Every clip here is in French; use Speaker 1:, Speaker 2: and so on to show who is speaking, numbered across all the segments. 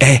Speaker 1: Eh,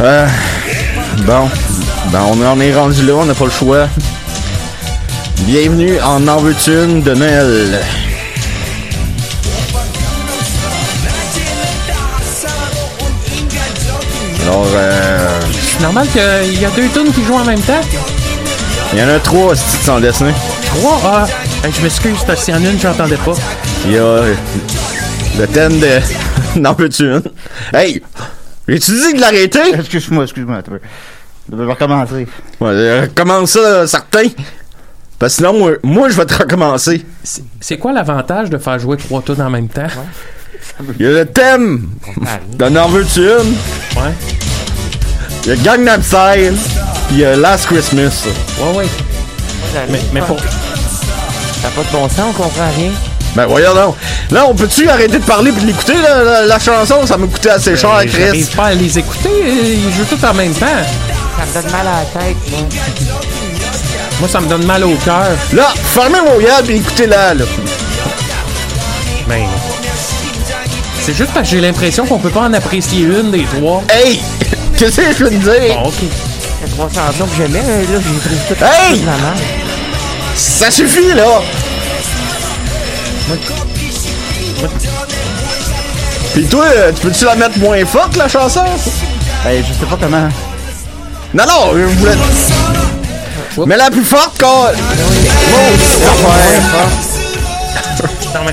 Speaker 2: Euh, bon, ben on en est rendu là, on n'a pas le choix. Bienvenue en En veux-tu une de Noël. Alors, euh,
Speaker 3: C'est normal qu'il y a deux tunes qui jouent en même temps.
Speaker 2: il y en a trois, c'est sans dessin.
Speaker 3: Trois Ah, hey, je m'excuse parce qu'il y en a une que j'entendais pas.
Speaker 2: Il y a euh, le thème de N'en veux-tu une. Hey! J'ai-tu dit de l'arrêter?
Speaker 4: Excuse-moi, excuse-moi. attends un peu. Je vais recommencer.
Speaker 2: Ouais, euh, recommence ça, euh, certain. Parce que sinon, euh, moi, je vais te recommencer.
Speaker 3: C'est- C'est quoi l'avantage de faire jouer trois tunes en même temps
Speaker 2: Il y a le thème de N'en veux-tu une?
Speaker 3: Ouais.
Speaker 2: Il y a Gangnam Style, puis il y a Last Christmas.
Speaker 3: Ouais, ouais. Mais, mais pour.
Speaker 5: Ça n'a pas de bon sens, on comprend rien.
Speaker 2: Ben voyons donc. Là, on peut-tu arrêter de parler puis l'écouter, la, la- la chanson? Ça m'a coûté assez cher, Chris.
Speaker 3: Ben, J'arrive pas à les écouter, euh, ils jouent tout en même temps.
Speaker 5: Ça me donne mal à la tête, moi.
Speaker 3: Moi, ça me donne mal au cœur.
Speaker 2: Là, fermez vos yeux puis écoutez-la, là.
Speaker 3: Mais. C'est juste parce que j'ai l'impression qu'on peut pas en apprécier une des trois.
Speaker 2: Hey! Qu'est-ce que je veux te dire?
Speaker 3: Bon, ok.
Speaker 5: C'est 300 noms que j'aimais, euh, là, j'ai trouvé tout
Speaker 2: Hey!
Speaker 5: toute la merde.
Speaker 2: Ça suffit, là! Pis toi, euh, tu peux-tu la mettre moins forte, la chanson?
Speaker 4: Hey, Eh, je sais pas comment.
Speaker 2: Non, non, je voulais... Mais la plus forte,
Speaker 5: Ah
Speaker 2: Oh, quand...
Speaker 3: Non, mais.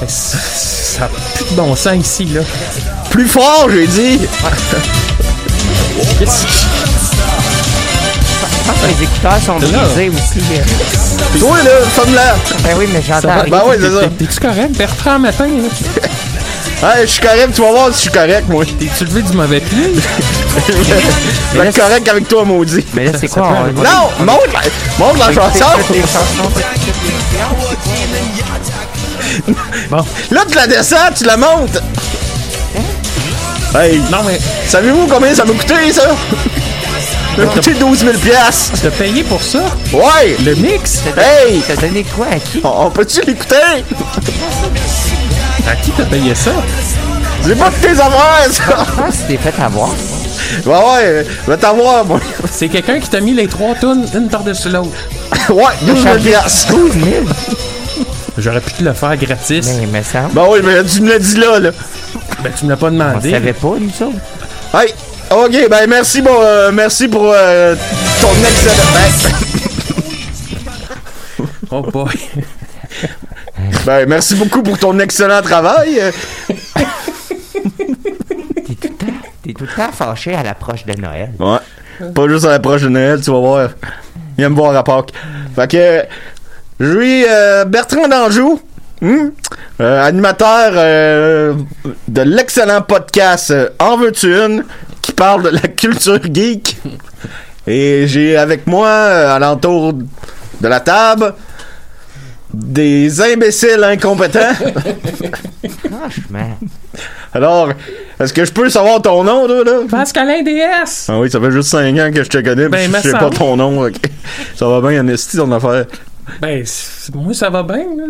Speaker 3: mais c- ça a plus de bon sens ici, là.
Speaker 2: Plus fort, j'ai dit!
Speaker 5: Je pense que les écouteurs sont
Speaker 3: là.
Speaker 5: brisés aussi. euh.
Speaker 2: Toi, là, ferme-la!
Speaker 5: Ben oui, mais j'entends rien.
Speaker 2: Ben ouais, c'est ça.
Speaker 3: T'es-tu correct, Bertrand, matin, là?
Speaker 2: Hey, je suis correct, tu vas voir si je suis correct, moi.
Speaker 3: T'es-tu levé du mauvais pied?
Speaker 2: Je vais être correct avec toi, maudit.
Speaker 5: Mais là, c'est quoi? On va
Speaker 2: Non, montre, la- montre la chanson.
Speaker 5: écouter les chansons.
Speaker 2: Là, tu la descends, tu la montes. Hey,
Speaker 3: Non, mais
Speaker 2: savez-vous combien ça m'a coûté, ça? Ça m'a coûté 12 000 piastres.
Speaker 3: t'as payé pour ça?
Speaker 2: Ouais.
Speaker 3: Le mix?
Speaker 2: Hey,
Speaker 5: T'as donné quoi à qui?
Speaker 2: on on peut-tu l'écouter?
Speaker 3: À qui t'as payé ça?
Speaker 2: C'est pas de tes affaires, ça.
Speaker 5: Je pense que t'es fait avoir.
Speaker 2: Ouais, ouais, je vais t'avoir, moi.
Speaker 3: C'est quelqu'un qui t'a mis les trois tonnes une par-dessus l'autre.
Speaker 2: Ouais, 12 000 piastres.
Speaker 5: 12 000?
Speaker 3: J'aurais pu te le faire gratis.
Speaker 5: Mais il me semble.
Speaker 2: Ben oui, mais tu me l'as dit là, là.
Speaker 3: Ben, tu me l'as pas
Speaker 5: On
Speaker 3: demandé.
Speaker 5: savait pas, nous autres.
Speaker 2: Hey, ok, ben merci, bon, euh, merci pour euh, ton excellent... Ben,
Speaker 3: Oh boy.
Speaker 2: Ben, merci beaucoup pour ton excellent travail. Euh,
Speaker 5: T'es tout le temps, t'es tout le temps fâché à l'approche de Noël.
Speaker 2: Ouais. Pas juste à l'approche de Noël, tu vas voir. Il aime voir à Pâques. Fait que, je suis euh, Bertrand Danjou, hmm, euh, animateur euh, de l'excellent podcast euh, En veux-tu une, qui parle de la culture geek. Et j'ai avec moi, euh, à l'entour de la table, des imbéciles incompétents.
Speaker 5: Franchement.
Speaker 2: Alors, est-ce que je peux savoir ton nom, là, là?
Speaker 3: Pascalin DS!
Speaker 2: Ah oui, ça fait juste 5 ans que je te connais,
Speaker 3: Ben,
Speaker 2: mais
Speaker 3: me
Speaker 2: je sais
Speaker 3: semble.
Speaker 2: pas ton nom. ok. Ça va bien, Amnesty, ton affaire.
Speaker 3: Ben, c'est- moi, ça va bien. là.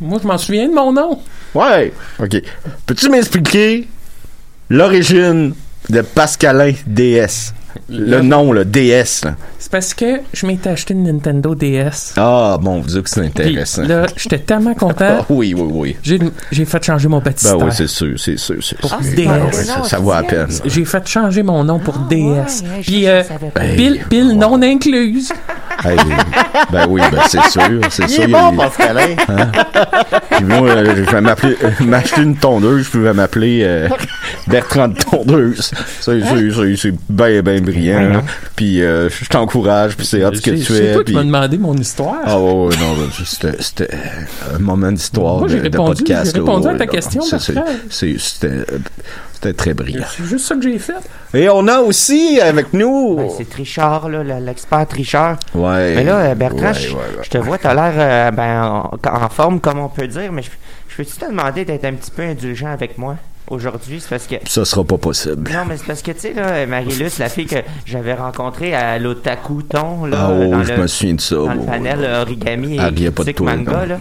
Speaker 3: Moi, je m'en souviens de mon nom.
Speaker 2: Ouais! Ok. Peux-tu m'expliquer l'origine de Pascalin DS? Le nom, le DS. là.
Speaker 3: C'est parce que je m'étais acheté une Nintendo DS.
Speaker 2: Ah, bon, vous dites que c'est
Speaker 3: Puis
Speaker 2: intéressant.
Speaker 3: là, j'étais tellement
Speaker 2: Ah,
Speaker 3: content,
Speaker 2: oui, oui, oui.
Speaker 3: j'ai j'ai fait changer mon
Speaker 2: Ben
Speaker 3: baptistère.
Speaker 2: oui, c'est sûr, c'est sûr, c'est sûr.
Speaker 3: Pour Ah,
Speaker 2: Ben
Speaker 3: DS.
Speaker 2: oui, ça, ça vaut à peine.
Speaker 3: j'ai fait changer mon nom pour DS.
Speaker 5: Ah, ouais, je-
Speaker 3: Puis
Speaker 5: je
Speaker 3: euh,
Speaker 5: savais
Speaker 2: pas.
Speaker 3: pile, pile non incluse.
Speaker 2: Hey, ben oui, ben c'est sûr, c'est
Speaker 4: Il
Speaker 2: sûr.
Speaker 4: est
Speaker 2: il-
Speaker 4: bon, Pascalin.
Speaker 2: hein? Puis moi, euh, je vais m'appeler, euh, m'acheter une tondeuse, je vais m'appeler euh, Bertrand de tondeuse. C'est,
Speaker 3: Hein?
Speaker 2: c'est, c'est, c'est bien, bien brillant. là. Puis euh, je t'encourage, puis c'est hot ce que
Speaker 3: C'est
Speaker 2: tu
Speaker 3: c'est
Speaker 2: es.
Speaker 3: toi qui
Speaker 2: Puis...
Speaker 3: m'as demandé mon histoire.
Speaker 2: Ah ouais, ouais, non, ben, c'était, c'était un moment d'histoire
Speaker 3: Moi, j'ai
Speaker 2: de, de
Speaker 3: répondu-
Speaker 2: podcast.
Speaker 3: j'ai
Speaker 2: là,
Speaker 3: répondu à
Speaker 2: ouais,
Speaker 3: ta
Speaker 2: non,
Speaker 3: question,
Speaker 2: c'est- c'est-
Speaker 3: Bertrand.
Speaker 2: c'est- c'était, euh, c'était très brillant.
Speaker 3: C'est juste ça que j'ai fait.
Speaker 2: Et on a aussi avec nous...
Speaker 5: Ben, c'est Trichard, là, le- l'expert Trichard.
Speaker 2: Ouais.
Speaker 5: Mais là, euh, Bertrand,
Speaker 2: Eh, ouais,
Speaker 5: je,
Speaker 2: ouais, ouais.
Speaker 5: je te vois, t'as l'air euh, ben, en, en forme, comme on peut dire, mais je, je peux-tu te demander d'être un petit peu indulgent avec moi aujourd'hui? C'est parce que.
Speaker 2: Ça sera pas possible.
Speaker 5: Non, mais c'est parce que, tu sais, là, Marie-Luce, la fille que j'avais rencontrée à l'Otakuton, là,
Speaker 2: Ah oh,
Speaker 5: dans
Speaker 2: je
Speaker 5: le-
Speaker 2: me souviens de ça.
Speaker 5: dans
Speaker 2: ouais,
Speaker 5: le panel
Speaker 2: ouais.
Speaker 5: euh, origami et
Speaker 2: Ah, riez pas de
Speaker 5: critique
Speaker 2: toi,
Speaker 5: manga,
Speaker 2: non.
Speaker 5: là.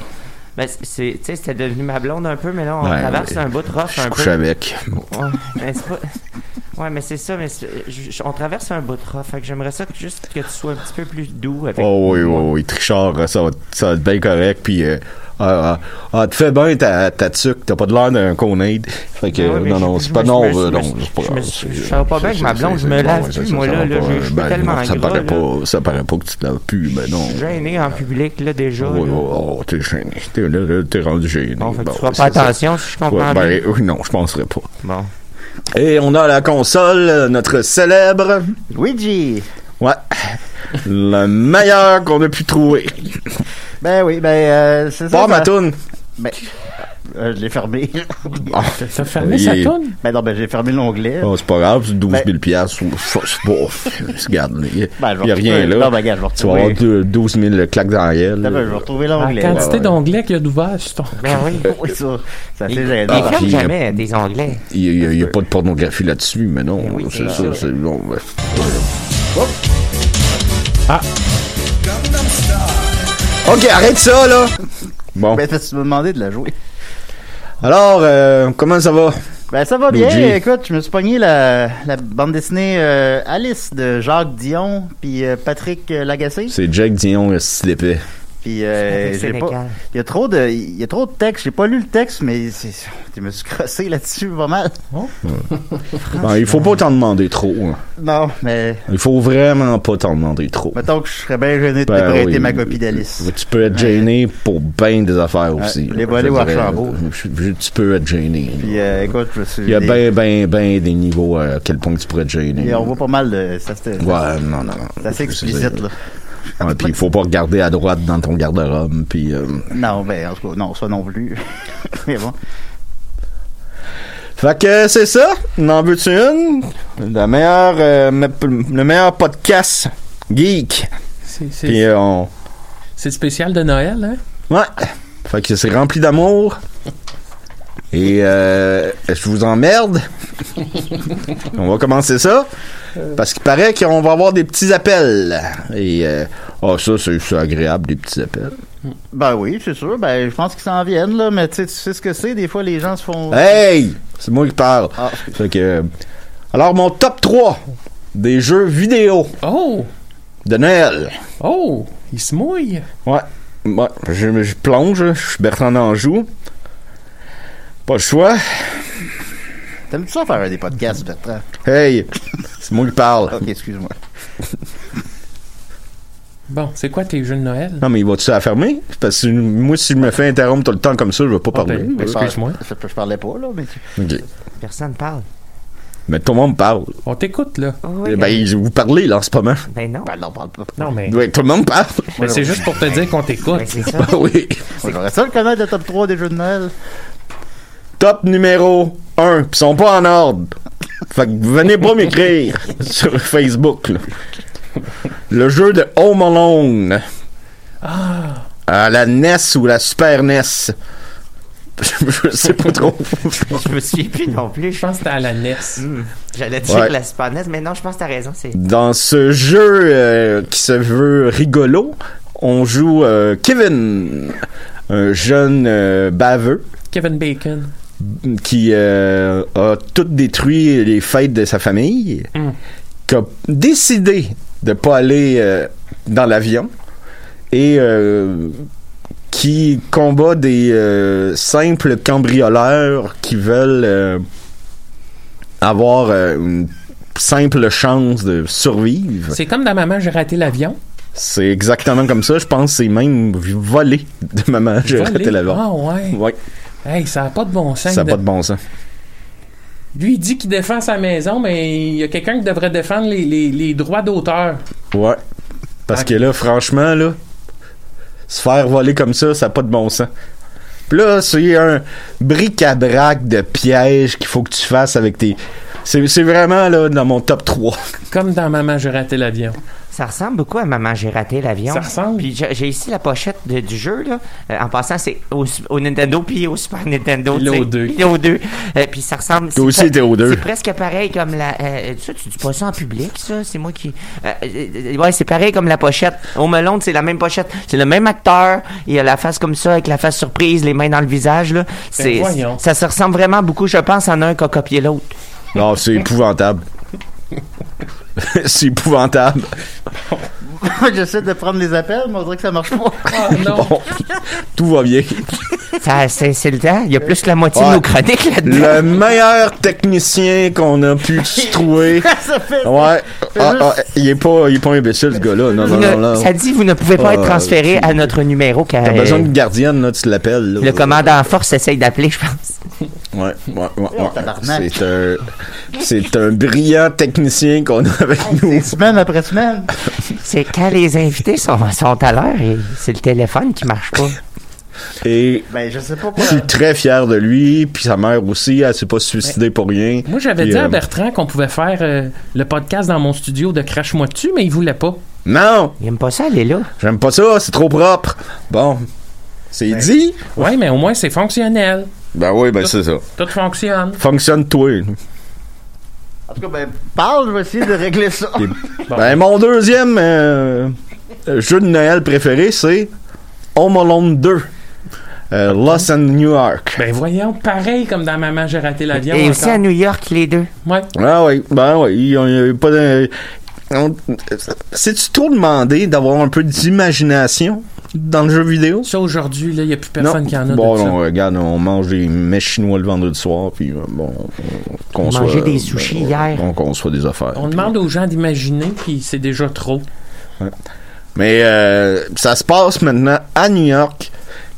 Speaker 5: Ben, c'est- c'est, tu sais, c'était devenu ma blonde un peu, mais là, on
Speaker 2: Ouais,
Speaker 5: traverse
Speaker 2: ouais.
Speaker 5: un bout de rough
Speaker 2: Je
Speaker 5: un
Speaker 2: couche
Speaker 5: peu.
Speaker 2: avec.
Speaker 5: Ouais, mais c'est pas- ouais, mais c'est ça, mais c'est- je- je- on traverse un bout de rough, fait que j'aimerais ça que, juste que tu sois un petit peu plus doux avec
Speaker 2: Oh oui, oui, oui. Trichard, euh, ça va, ça va être bien correct. Puis, euh, ah, ah, ah, tu fais bien ta, ta tuque. T'as pas de l'air d'un conade. Fait que,
Speaker 5: Ah ouais, mais
Speaker 2: non,
Speaker 5: je-
Speaker 2: non,
Speaker 5: je
Speaker 2: c'est pas
Speaker 5: me-
Speaker 2: non,
Speaker 5: je me-
Speaker 2: euh,
Speaker 5: je me-
Speaker 2: non. c'est
Speaker 5: je me- je
Speaker 2: c'est-
Speaker 5: me sens pas bien
Speaker 2: c'est-
Speaker 5: que ma
Speaker 2: c'est-
Speaker 5: blonde, je
Speaker 2: c'est-
Speaker 5: me
Speaker 2: ouais,
Speaker 5: lave
Speaker 2: ouais,
Speaker 5: plus,
Speaker 2: ça,
Speaker 5: moi,
Speaker 2: ça
Speaker 5: là,
Speaker 2: va
Speaker 5: là,
Speaker 2: pas,
Speaker 5: je- je suis
Speaker 2: ben,
Speaker 5: tellement
Speaker 2: non, ça
Speaker 5: gras,
Speaker 2: paraît
Speaker 5: là.
Speaker 2: pas, ça paraît pas que tu te laves plus, mais non.
Speaker 5: Je suis gêné en public, là, déjà.
Speaker 2: Oui, oui,
Speaker 5: là.
Speaker 2: oh, t'es gêné. T'es, là, là, t'es rendu gêné.
Speaker 5: Bon, fait que
Speaker 2: Bon,
Speaker 5: tu feras
Speaker 2: c'est
Speaker 5: pas
Speaker 2: ça.
Speaker 5: attention, hein, si je comprends
Speaker 2: Ouais, ben,
Speaker 5: bien.
Speaker 2: euh, non, je penserais pas.
Speaker 5: Bon.
Speaker 2: Et on a à la console, euh, notre célèbre.
Speaker 4: Luigi.
Speaker 2: Ouais. Le meilleur qu'on a pu trouver.
Speaker 4: Ben oui, ben euh, c'est ça.
Speaker 2: Pas ma
Speaker 4: ça-
Speaker 2: toune.
Speaker 4: Ben, euh, je l'ai fermé.
Speaker 3: T'as fermé
Speaker 2: Oui.
Speaker 3: sa toune?
Speaker 4: ben non, ben j'ai fermé l'onglet.
Speaker 2: Oh, c'est pas grave, c'est 12 000
Speaker 4: Ben-
Speaker 2: piastres ou je sais pas. Regarde, il
Speaker 4: Ben, je vais
Speaker 2: n'y a rien
Speaker 4: retrouver-
Speaker 2: là.
Speaker 4: Non, ben, regarde, je vais
Speaker 2: tu vas avoir
Speaker 4: retrouver.
Speaker 2: deux- 12 000 claques dans la gueule,
Speaker 4: Attends,
Speaker 2: là.
Speaker 4: ben, je vais retrouver
Speaker 3: La
Speaker 4: l'onglet.
Speaker 3: quantité
Speaker 4: Ouais, ouais.
Speaker 3: d'onglets qu'il y a d'ouvert sur ton.
Speaker 5: Ben oui.
Speaker 4: Oui, ça. Ça
Speaker 5: Il
Speaker 4: c'est
Speaker 5: il
Speaker 4: gênant.
Speaker 5: ferme
Speaker 2: puis, euh,
Speaker 5: jamais des onglets.
Speaker 2: Il
Speaker 4: Ben,
Speaker 2: n'y a, pas de pornographie là-dessus, mais non.
Speaker 5: oui,
Speaker 2: c'est
Speaker 5: c'est
Speaker 2: ça,
Speaker 5: ça.
Speaker 2: c'est bon. ouais.
Speaker 3: Ah.
Speaker 2: Ok, arrête ça, là! Bon.
Speaker 4: Ben, tu me demandais de la jouer.
Speaker 2: Alors, euh, comment ça va?
Speaker 4: Ben ça va bien,
Speaker 2: Luigi.
Speaker 4: écoute, je me suis pogné la, la bande dessinée euh, Alice de Jacques Dion puis euh, Patrick euh, Lagacé.
Speaker 2: C'est Jack Dion, le style épais.
Speaker 4: Puis euh,
Speaker 5: Avec
Speaker 4: j'ai
Speaker 5: Sénégal.
Speaker 4: pas il y a trop de il y a trop de texte, j'ai pas lu le texte mais c'est je me suis crossé là-dessus pas mal.
Speaker 2: Ben, il faut pas t'en demander trop. hein.
Speaker 4: Non, mais
Speaker 2: Il faut vraiment pas t'en demander trop.
Speaker 4: mettons que je serais bien gêné de te
Speaker 2: Ben
Speaker 4: prêter
Speaker 2: oui.
Speaker 4: ma copie d'Alice.
Speaker 2: Tu peux être gêné pour bien des affaires aussi.
Speaker 4: les
Speaker 2: Je
Speaker 4: voler au
Speaker 2: dirais,
Speaker 4: Archambault.
Speaker 2: je- je- Tu peux être gêné.
Speaker 4: Puis euh, écoute, je me suis
Speaker 2: Il y a bien,
Speaker 4: les-
Speaker 2: bien, bien des niveaux euh, à quel point tu pourrais te gêner.
Speaker 4: et on voit pas mal de ça c'était
Speaker 2: Ouais, non, non.
Speaker 4: c'est assez explicite là.
Speaker 2: Ouais, puis il faut pas regarder à droite dans ton garde-robe. Puis euh,
Speaker 4: Non, ben en tout cas, non, ça non plus. mais bon.
Speaker 2: Fait que c'est ça. N'en veux-tu une? La meilleure, euh, me- le meilleur podcast geek.
Speaker 3: C'est-
Speaker 2: Puis
Speaker 3: C'est
Speaker 2: euh, on...
Speaker 3: c'est le spécial de Noël, hein?
Speaker 2: Ouais. Fait que c'est rempli d'amour. Et euh, je vous emmerde. on va commencer ça. Parce qu'il paraît qu'on va avoir des petits appels. Et euh, oh, ça, c'est c'est agréable, des petits appels.
Speaker 4: Ben oui, c'est sûr. Ben, je pense qu'ils s'en viennent, là, mais tu sais, tu sais ce que c'est. Des fois, les gens se font.
Speaker 2: Hey! C'est moi qui parle.
Speaker 4: Ah.
Speaker 2: Fait que. Alors, mon top 3 des jeux vidéo
Speaker 3: Oh!
Speaker 2: de Noël.
Speaker 3: Oh! Il se mouille!
Speaker 2: Ouais. Ouais. Je, je plonge. Je suis Bertrand d'Anjou. Pas le choix.
Speaker 4: T'aimes-tu ça faire des podcasts, Bertrand?
Speaker 2: Hey! C'est moi qui parle.
Speaker 4: Ok, excuse-moi.
Speaker 3: Bon, c'est quoi tes jeux de Noël?
Speaker 2: Non, mais il va-tu la fermer? Parce que moi, si je me fais interrompre tout le temps comme ça, je vais pas
Speaker 3: Ah, ben,
Speaker 2: parler.
Speaker 3: ben, Excuse-moi.
Speaker 4: Je, je parlais pas, là, mais.
Speaker 2: Ok.
Speaker 5: Personne parle.
Speaker 2: Mais tout le monde parle.
Speaker 3: On t'écoute, là.
Speaker 5: Oh, oui,
Speaker 2: ben,
Speaker 5: euh,
Speaker 2: vous parlez, là, en ce moment.
Speaker 5: ben non.
Speaker 4: Ben, non, parle pas.
Speaker 3: Non, mais.
Speaker 2: Ouais, tout le monde parle.
Speaker 3: mais c'est juste pour te dire qu'on
Speaker 5: Ben,
Speaker 3: t'écoute.
Speaker 5: c'est ça.
Speaker 2: Ah oui.
Speaker 4: Moi, J'aurais ça le connaître le top 3 des jeux de Noël.
Speaker 2: Top numéro 1. Ils sont pas en ordre. Fait que venez pas m'écrire sur Facebook. là. Le jeu de Home Alone.
Speaker 3: Ah.
Speaker 2: À la NES ou la Super NES. Je sais pas trop.
Speaker 5: Je me suis plus non plus.
Speaker 3: Je
Speaker 5: Je-
Speaker 3: pense que c'était à la NES.
Speaker 5: J'allais dire
Speaker 2: Ouais.
Speaker 5: la spanaise, mais non, je pense que t'as raison. C'est
Speaker 2: Dans ce jeu euh, qui se veut rigolo, on joue euh, Kevin, un jeune euh, baveux
Speaker 3: Kevin Bacon.
Speaker 2: qui euh, a tout détruit les fêtes de sa famille qui a décidé de pas aller euh, dans l'avion et euh, qui combat des euh, simples cambrioleurs qui veulent euh, avoir euh, une simple chance de survivre.
Speaker 3: C'est comme dans Maman, j'ai raté l'avion.
Speaker 2: C'est exactement comme ça. Je pense que c'est même volé de maman. J'ai raté
Speaker 3: Volé.
Speaker 2: l'avion.
Speaker 3: Ah ouais.
Speaker 2: Ouais,
Speaker 3: Hey, ça a pas de bon sens.
Speaker 2: ça n'a
Speaker 3: de-
Speaker 2: pas de bon sens.
Speaker 3: Lui, il dit qu'il défend sa maison, mais il y a quelqu'un qui devrait défendre les, les- les droits d'auteur.
Speaker 2: Ouais. Parce
Speaker 3: Ah.
Speaker 2: que là, franchement, là, se faire voler comme ça, ça n'a pas de bon sens. Puis là, c'est un bric-à-brac de pièges qu'il faut que tu fasses avec tes. C'est c'est vraiment là dans mon top 3.
Speaker 3: Comme dans Maman, j'ai raté l'avion.
Speaker 5: Ça ressemble beaucoup à Maman, j'ai raté l'avion.
Speaker 3: Ça ressemble.
Speaker 5: Puis j'ai j'ai ici la pochette de- du jeu, là. Euh, en passant, c'est au, au Nintendo puis au Super Nintendo.
Speaker 3: Puis là,
Speaker 5: tu sais.
Speaker 3: aux deux.
Speaker 5: Puis là, aux deux. Euh, puis ça ressemble. c'est
Speaker 2: aussi
Speaker 5: pre-
Speaker 2: été aux deux.
Speaker 5: C'est presque pareil comme la. euh, ça, tu dis pas ça en public, ça. C'est moi qui. euh, euh, euh, ouais, c'est pareil comme la pochette. Au Melon, c'est la même pochette. C'est le même acteur. Il a la face comme ça, avec la face surprise, les mains dans le visage, là. C'est.
Speaker 3: Ben, voyons.
Speaker 5: ça se ressemble vraiment beaucoup. Je pense en un qu'à copier l'autre.
Speaker 2: Non, c'est épouvantable. c'est épouvantable.
Speaker 4: J'essaie de prendre les appels, mais on dirait que ça marche pas.
Speaker 3: Ah non.
Speaker 2: Bon, tout va bien.
Speaker 5: Ça, c'est c'est le temps. Il y a plus que la moitié
Speaker 2: Ouais.
Speaker 5: de nos chroniques là-dedans.
Speaker 2: Le meilleur technicien qu'on a pu se trouver.
Speaker 4: ça fait.
Speaker 2: Ouais. Ah, ah, il est pas, il est pas imbécile ce gars-là. Ah, Non,
Speaker 5: Vous
Speaker 2: non,
Speaker 5: ne-
Speaker 2: non, non.
Speaker 5: Ça dit, vous ne pouvez pas
Speaker 2: Ah,
Speaker 5: être transféré à notre numéro car
Speaker 2: T'as
Speaker 5: euh,
Speaker 2: besoin d'une gardienne là, tu l'appelles. là.
Speaker 5: le commandant en force essaye d'appeler, je pense.
Speaker 2: Ouais, ouais, ouais. ouais.
Speaker 4: tabarnak.
Speaker 2: C'est un, c'est un brillant technicien qu'on a avec nous.
Speaker 4: Semaine après semaine.
Speaker 5: C'est quand les invités sont, sont à l'heure et c'est le téléphone qui marche pas.
Speaker 2: Et
Speaker 4: Ben, je sais pas
Speaker 2: je
Speaker 4: quoi.
Speaker 2: suis très fier de lui. Puis sa mère aussi, elle s'est pas suicidée pour rien.
Speaker 3: Moi, j'avais
Speaker 2: Puis,
Speaker 3: dit à
Speaker 2: euh,
Speaker 3: Bertrand qu'on pouvait faire euh, le podcast dans mon studio de Crache-moi dessus, mais il voulait pas.
Speaker 2: Non,
Speaker 5: Il aime pas ça aller là.
Speaker 2: j'aime pas ça, c'est trop propre. Bon, c'est dit.
Speaker 3: Ouais, mais au moins, c'est fonctionnel.
Speaker 2: Ben oui, ben c'est ça.
Speaker 3: Tout fonctionne.
Speaker 2: Fonctionne-toi.
Speaker 4: En tout cas, ben, parle, je vais essayer de régler ça.
Speaker 2: Et- Ben mon deuxième euh, jeu de Noël préféré, c'est Home Alone 2. Euh, Lost in New York.
Speaker 3: Ben voyons, pareil comme dans Maman, j'ai raté l'avion.
Speaker 5: et aussi
Speaker 3: encore.
Speaker 5: à New York, les deux.
Speaker 3: Ouais.
Speaker 2: Ah oui, ben oui, il y a- il y a eu pas de... on- C'est-tu trop demandé d'avoir un peu d'imagination dans le jeu vidéo?
Speaker 3: Ça, aujourd'hui, là, il n'y a plus personne
Speaker 2: Non.
Speaker 3: qui en a
Speaker 2: bon,
Speaker 3: de ça.
Speaker 2: non, regarde, on mange des mets chinois le vendredi soir, puis euh, bon, on conçoit...
Speaker 5: Manger des sushis
Speaker 2: on-
Speaker 5: hier.
Speaker 2: On conçoit des affaires.
Speaker 3: On
Speaker 2: puis-
Speaker 3: demande aux gens d'imaginer, puis c'est déjà trop.
Speaker 2: Mais euh, ça se passe maintenant à New York,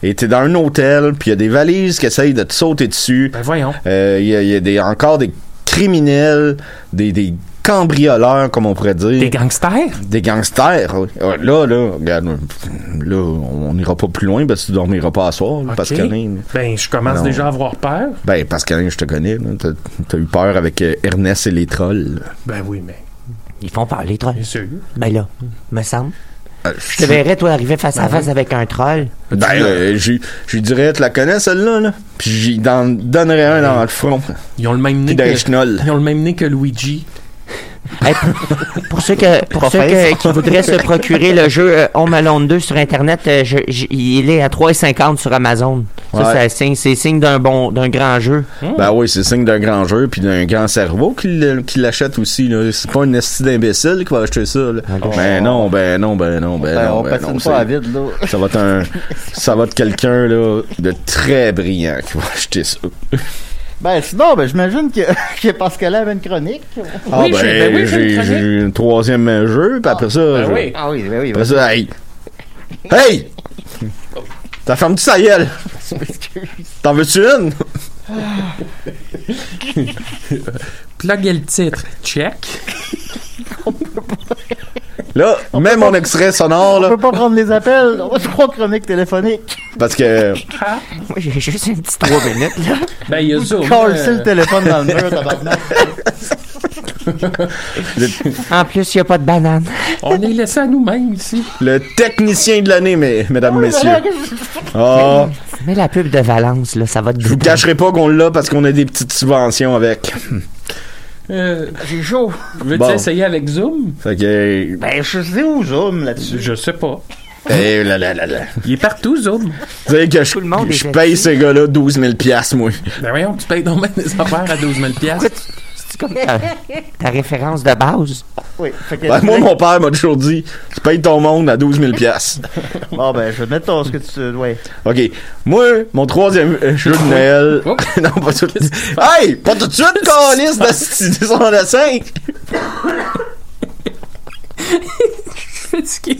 Speaker 2: et t'es dans un hôtel, puis il y a des valises qui essayent de te sauter dessus.
Speaker 3: Ben voyons.
Speaker 2: Euh, Il y a, il y a des, encore des criminels, des, des cambrioleurs, comme on pourrait dire.
Speaker 3: Des gangsters?
Speaker 2: Des gangsters. oui. Ah, Là, là, regarde, là, on n'ira pas plus loin parce que tu dormiras pas à soir, là,
Speaker 3: Ok.
Speaker 2: Pascaline.
Speaker 3: Ben, je commence
Speaker 2: Non.
Speaker 3: déjà à avoir peur.
Speaker 2: Ben, Pascaline, je te connais. là. T'as t'as eu peur avec euh, Ernest et les trolls.
Speaker 3: Ben oui, mais
Speaker 5: Ils font parler, les
Speaker 3: bien
Speaker 5: trolls.
Speaker 3: sûr.
Speaker 5: Ben là, me semble.
Speaker 2: Euh,
Speaker 5: Je te verrais, toi, arriver face
Speaker 3: Ben
Speaker 5: à face avec un troll.
Speaker 2: Ben, euh, je je lui dirais, tu la connais, celle-là, là? Puis j'y don- donnerais un dans le front.
Speaker 3: Ils ont le même nez
Speaker 2: Puis d'un
Speaker 3: que...
Speaker 2: chenol.
Speaker 3: Ils ont le même nez que Luigi.
Speaker 5: Hey, pour, pour ceux, que, pour ceux que-
Speaker 4: Professe.
Speaker 5: qui voudraient se procurer le jeu euh, Home Alone 2 sur Internet, euh, je- j- il est à 3,50 sur Amazon. Ça,
Speaker 2: Ouais.
Speaker 5: ça signe- c'est signe d'un bon, d'un grand jeu.
Speaker 4: Hmm.
Speaker 2: Ben oui, c'est signe d'un grand jeu, puis d'un grand cerveau qui l- qui l'achète aussi, là. C'est pas une esti d'imbécile qui va acheter ça, là. Ben non, ben non, ben non, ben,
Speaker 4: Ah, Ben,
Speaker 2: non.
Speaker 4: on
Speaker 2: ben non,
Speaker 4: patine
Speaker 2: c'est-
Speaker 4: pas à vide, là.
Speaker 2: Ça va être un, ça va être quelqu'un là de très brillant qui va acheter ça.
Speaker 4: Ben, sinon, ben, j'imagine que, que Pascal avait une chronique.
Speaker 2: Ah
Speaker 3: Oui, j'ai- ben oui, j'ai une
Speaker 2: j'ai
Speaker 3: chronique.
Speaker 2: j'ai un troisième jeu, puis après ça, je-
Speaker 3: oui.
Speaker 4: Ah oui, ben oui,
Speaker 2: après ça, hey, hey, ta femme tu sa gueule. T'en veux-tu une
Speaker 3: Pluguez le titre. Check.
Speaker 2: Là, mets mon extrait sonore
Speaker 4: On
Speaker 2: là,
Speaker 4: peut pas prendre les appels. On a trois chroniques téléphoniques.
Speaker 2: parce que
Speaker 5: Moi, j'ai juste une petite 3 minutes, là.
Speaker 3: Ben, il y a ça.
Speaker 4: Call le téléphone dans le mur, tabarnak.
Speaker 5: En plus, il n'y a pas de banane.
Speaker 3: On est laissé à nous-mêmes ici.
Speaker 2: le technicien de l'année, mes-
Speaker 5: Oh,
Speaker 2: mesdames, messieurs. Ah,
Speaker 5: Mais la pub de Valence, là, ça va te
Speaker 2: je vous
Speaker 5: détendre.
Speaker 2: cacherai pas qu'on l'a parce qu'on a des petites subventions avec.
Speaker 3: Euh,
Speaker 4: J'ai chaud.
Speaker 3: Veux-tu
Speaker 2: Bon.
Speaker 3: essayer avec Zoom?
Speaker 2: Fait que,
Speaker 4: Ben, je sais où zoom là-dessus.
Speaker 3: Je sais pas.
Speaker 2: eh là là là là.
Speaker 3: Il est partout, Zoom.
Speaker 2: Vous savez que je,
Speaker 5: Hein? Tout le monde est
Speaker 2: je
Speaker 5: gentil.
Speaker 2: paye ces gars-là 12 000 moi.
Speaker 3: Ben voyons, tu payes donc bien des affaires à 12 000 piastres.
Speaker 5: C'est C'est comme ta, ta référence de base.
Speaker 4: Oui. Fait que-
Speaker 2: Ben, moi, mon père m'a toujours dit Tu payes ton monde à 12 000 piastres.
Speaker 4: Bon, ben, je vais te mettre ton, ce que tu. Ouais.
Speaker 2: OK. Moi, mon troisième euh, jeu de Noël.
Speaker 5: Oh.
Speaker 3: Oups.
Speaker 2: non, pas tout de suite. Hey, pas tout de suite, Carlis, d'Asti 205.
Speaker 3: fatigué.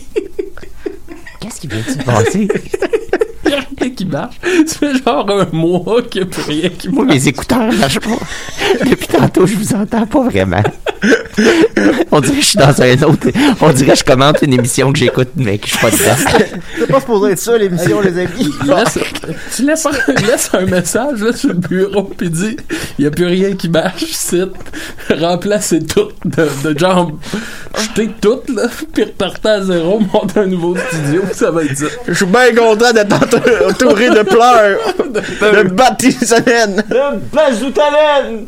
Speaker 5: Qu'est-ce qui vient de se passer?
Speaker 3: Il y a rien qui marche. Ça fait genre un mois qu'il n'y a plus rien qui
Speaker 5: Moi,
Speaker 3: marche.
Speaker 5: mes écouteurs ne marchent pas. Depuis tantôt, je vous entends pas vraiment. On dirait que je suis dans un autre. On dirait que je commente une émission que j'écoute, mais que je suis pas dedans.
Speaker 4: C'est pas supposé être ça, l'émission, les amis.
Speaker 3: Laisse- tu laisses un, laisse un message là, sur le bureau puis dis il n'y a plus rien qui marche cite remplacez tout de, de genre jetez tout là, puis repartez à zéro montez un nouveau studio ça va être ça
Speaker 2: Je suis bien content d'être entou- entouré de pleurs. de baptisanaine. De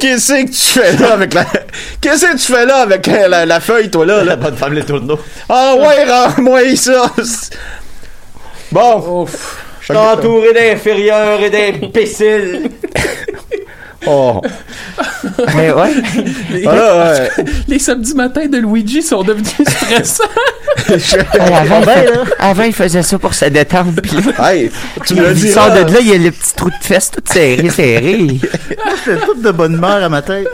Speaker 2: Qu'est-ce que tu fais là avec la. Qu'est-ce que tu fais là avec euh, la, la feuille, toi, là? là?
Speaker 4: bonne femme, les tourneaux.
Speaker 2: Ah ouais, rends-moi ça. Bon,
Speaker 3: Ouf.
Speaker 2: je t'entoure.
Speaker 4: d'inférieurs et d'imbéciles.
Speaker 2: Oh. Ah,
Speaker 5: Mais ouais.
Speaker 2: Voilà, ouais.
Speaker 3: les samedis matins de Luigi sont devenus stressants
Speaker 5: Hey, avant,
Speaker 4: ben,
Speaker 5: il fait-
Speaker 4: là.
Speaker 5: avant, il faisait ça pour se détendre. Puis là,
Speaker 2: Hey, tu me le
Speaker 5: il
Speaker 2: dis.
Speaker 5: sort de là, il y a le petit trou de fesse tout serré, serré.
Speaker 4: C'est tout de bonne humeur à ma tête.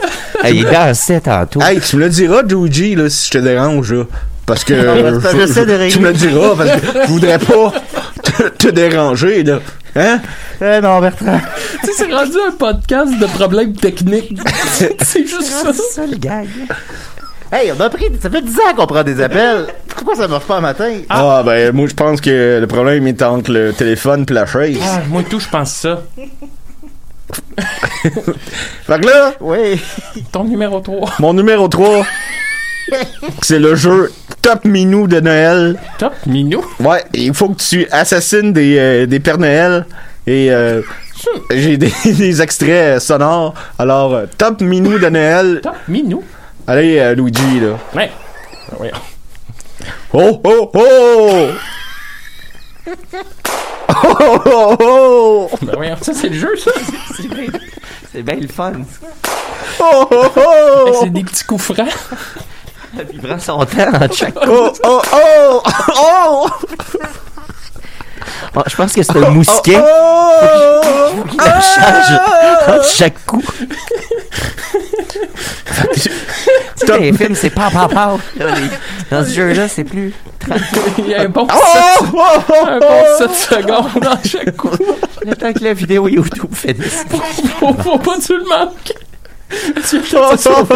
Speaker 5: Hey, il dansait tantôt.
Speaker 2: Hey, tu me le diras, Juji, là, si je te dérange, là. Parce que.
Speaker 4: Non, parce que
Speaker 2: je-
Speaker 4: j'essaie de régler.
Speaker 2: Tu me le diras, parce que je voudrais pas te, te déranger, là. Hein?
Speaker 4: Eh non, Bertrand.
Speaker 3: tu sais c'est rendu un podcast de problèmes techniques c'est juste ça
Speaker 5: Ah, C'est ça le gag.
Speaker 4: Hey, on a pris. Ça fait 10 ans qu'on prend des appels. Pourquoi ça marche pas à matin?
Speaker 2: Ah, ben, moi, je pense que le problème est entre le téléphone pis la chaise.
Speaker 3: Ah, moi tout je pense ça
Speaker 2: Fait que là,
Speaker 4: Oui.
Speaker 3: ton numéro 3
Speaker 2: mon numéro 3, c'est le jeu Top Minou de Noël.
Speaker 3: top minou
Speaker 2: Ouais, il faut que tu assassines des, euh, des Pères Noël. Et euh, j'ai des, des extraits sonores. Alors, euh, Top Minou de Noël.
Speaker 3: top minou
Speaker 2: Allez, euh, Luigi, là.
Speaker 3: ouais Ah, voyons.
Speaker 2: Oh, oh, oh! Oh, oh, oh!
Speaker 3: Ben, voyons. ça c'est le jeu ça
Speaker 5: C'est bien le fun.
Speaker 2: Oh, oh, oh!
Speaker 3: Ben, c'est des petits coups francs
Speaker 5: Il prend son temps entre chaque
Speaker 2: Oh, oh, oh! Oh!
Speaker 5: Oh, je pense que c'est un mousquet
Speaker 2: Oh!
Speaker 5: qui la charge entre chaque coup. Tu sais, les films, c'est pas pa pa. Là, les- Dans ce jeu-là, c'est plus.
Speaker 3: il y a un bon
Speaker 5: Ah!
Speaker 2: Oh! Oh! Oh!
Speaker 3: un bon 7 secondes dans chaque coup.
Speaker 5: Le temps que la vidéo YouTube finisse.
Speaker 3: Faut, faut pas que tu le manques. Tu
Speaker 2: Oh, oh,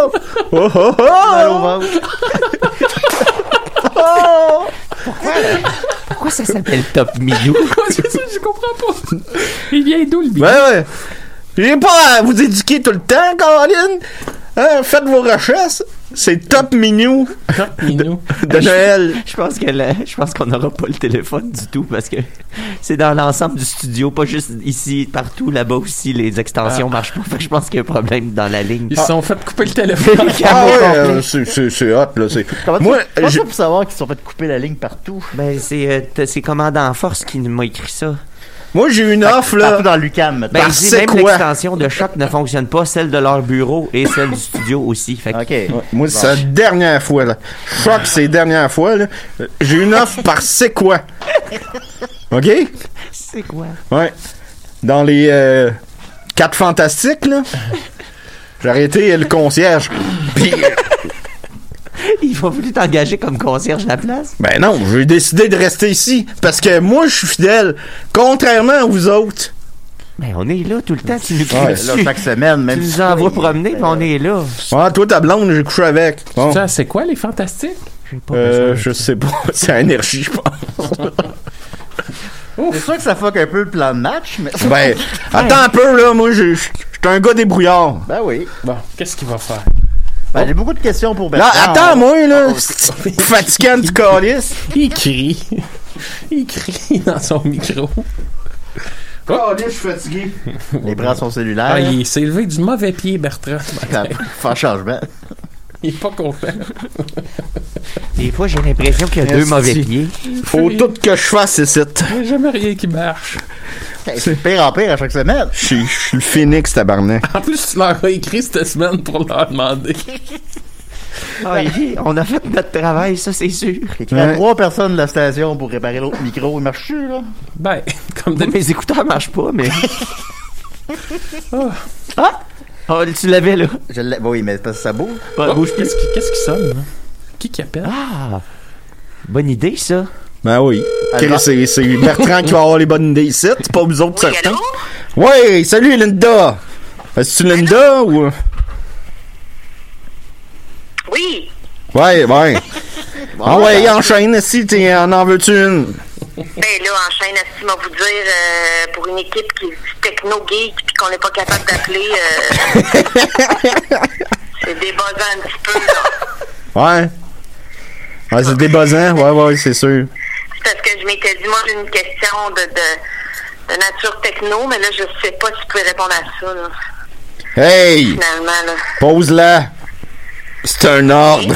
Speaker 2: oh! Oh! Oh, oh,
Speaker 4: Mal au
Speaker 2: oh!
Speaker 4: ventre.
Speaker 5: Pourquoi ça s'appelle Top Minou?
Speaker 3: Quoi, c'est ça, je comprends pas. Il vient d'où le
Speaker 2: Ouais,
Speaker 3: billet?
Speaker 2: ouais. J'ai pas à vous éduquer tout le temps, Caroline! Hein, faites vos recherches! C'est Top Minou
Speaker 3: Minou.
Speaker 2: de Noël!
Speaker 5: Je pense que la- je pense qu'on n'aura pas le téléphone du tout parce que c'est dans l'ensemble du studio, pas juste ici, partout, là-bas aussi, les
Speaker 2: Ah.
Speaker 5: extensions marchent pas. Fait que je pense qu'il y a un problème dans la ligne.
Speaker 3: Ils se sont fait couper le téléphone.
Speaker 2: Ah ouais, euh, c'est- c'est c'est hot, là. c'est-
Speaker 4: Comment
Speaker 2: Moi,
Speaker 4: tu Comment
Speaker 2: je-
Speaker 4: tu peux savoir qu'ils se sont fait couper la ligne partout?
Speaker 5: Ben, c'est, euh, t- c'est Commandant Force qui m'a écrit ça.
Speaker 2: moi, j'ai une offre, là.
Speaker 4: Partout dans l'UCAM, maintenant.
Speaker 5: Ben,
Speaker 2: Parce
Speaker 5: il dit
Speaker 2: que
Speaker 5: même
Speaker 2: quoi?
Speaker 5: l'extension de choc ne fonctionne pas, celle de leur bureau et celle du studio aussi. Fait que-
Speaker 4: OK. Ouais.
Speaker 2: Ben, Moi, c'est la dernière fois, là. Choc, c'est la dernière fois, là. Euh, J'ai une offre par c'est quoi. OK?
Speaker 5: C'est quoi?
Speaker 2: Ouais. Dans les euh, quatre fantastiques, là. J'ai arrêté le concierge. Puis,
Speaker 5: Ils vont plus t'engager comme concierge à la place?
Speaker 2: ben non, j'ai décidé de rester ici. Parce que moi, je suis fidèle. Contrairement à vous autres.
Speaker 5: Ben, on est là tout le temps. Tu nous,
Speaker 2: Ouais,
Speaker 5: tu-
Speaker 4: Là, chaque semaine,
Speaker 5: tu
Speaker 4: même
Speaker 5: nous
Speaker 4: si-
Speaker 5: envoies promener, puis on est là.
Speaker 2: Ah, toi, ta blonde, j'ai couché avec. Bon.
Speaker 3: Ça, c'est quoi les fantastiques?
Speaker 5: J'ai pas
Speaker 2: Euh,
Speaker 5: besoin.
Speaker 2: je sais pas. C'est à énergie, je pense.
Speaker 4: C'est sûr que ça fuck un peu le plan de match, mais.
Speaker 2: Ben, attends un peu, là. Moi, je je- je suis un gars débrouillard.
Speaker 4: Ben oui.
Speaker 3: Bon, qu'est-ce qu'il va faire?
Speaker 4: Ben, J'ai beaucoup de questions pour
Speaker 2: Là,
Speaker 4: Bertrand.
Speaker 2: attends, moi, là. Fatigant du calice.
Speaker 3: Il crie. Il crie dans son micro.
Speaker 2: Calice, Oh, je suis fatigué.
Speaker 4: Les bras sont cellulaires.
Speaker 3: Ah, il s'est levé du mauvais pied, Bertrand.
Speaker 4: Ça va faire changement.
Speaker 3: Il est pas content.
Speaker 5: Des fois, j'ai l'impression qu'il y a deux
Speaker 2: Merci.
Speaker 5: mauvais pieds.
Speaker 2: Faut tout que je fasse ici.
Speaker 3: Il n'y a jamais rien qui marche.
Speaker 4: C'est pire en pire à chaque semaine.
Speaker 2: Je suis- je suis le phénix, tabarnak.
Speaker 3: En plus, tu leur as écrit cette semaine pour leur demander.
Speaker 5: Ah, oui, on a fait notre travail, ça, c'est sûr.
Speaker 4: Il y a
Speaker 2: Ouais.
Speaker 4: trois personnes de la station pour réparer l'autre micro. Il marche-tu, là?
Speaker 3: Ben, comme
Speaker 5: Mais
Speaker 3: d'habitude.
Speaker 5: mes écouteurs marchent pas, mais. ah! Ah, tu l'avais, là.
Speaker 4: Je l'ai- oui, mais c'est parce que ça bouge. Ben,
Speaker 5: Ouais, bouge plus.
Speaker 3: Qu'est-ce qui, qu'est-ce qui sonne, là? Qui qui appelle?
Speaker 5: Ah! Bonne idée, ça.
Speaker 2: Ben oui.
Speaker 4: Alors-
Speaker 2: Chris, C'est c'est Bertrand qui va avoir les bonnes idées ici, c'est pas vous autres, certains. Ouais, salut Linda! Est-ce tu Linda ou.
Speaker 6: Oui,
Speaker 2: Ouais, ouais. Ah ouais, enchaîne si t'es en en veux-tu une.
Speaker 6: ben là, enchaîne, Asti m'a vous dire, euh, pour une équipe qui est techno-geek puis qu'on n'est pas capable d'appeler, euh, c'est débuzzant un petit peu, là.
Speaker 2: Ouais. Ouais, c'est débuzzant, ouais, ouais, c'est sûr.
Speaker 6: C'est parce que je m'étais dit, moi, j'ai une question de, de, de nature techno, mais là, je sais pas si tu peux répondre à ça, là,
Speaker 2: Hey!
Speaker 6: finalement, là.
Speaker 2: Pose-la! C'est un ordre!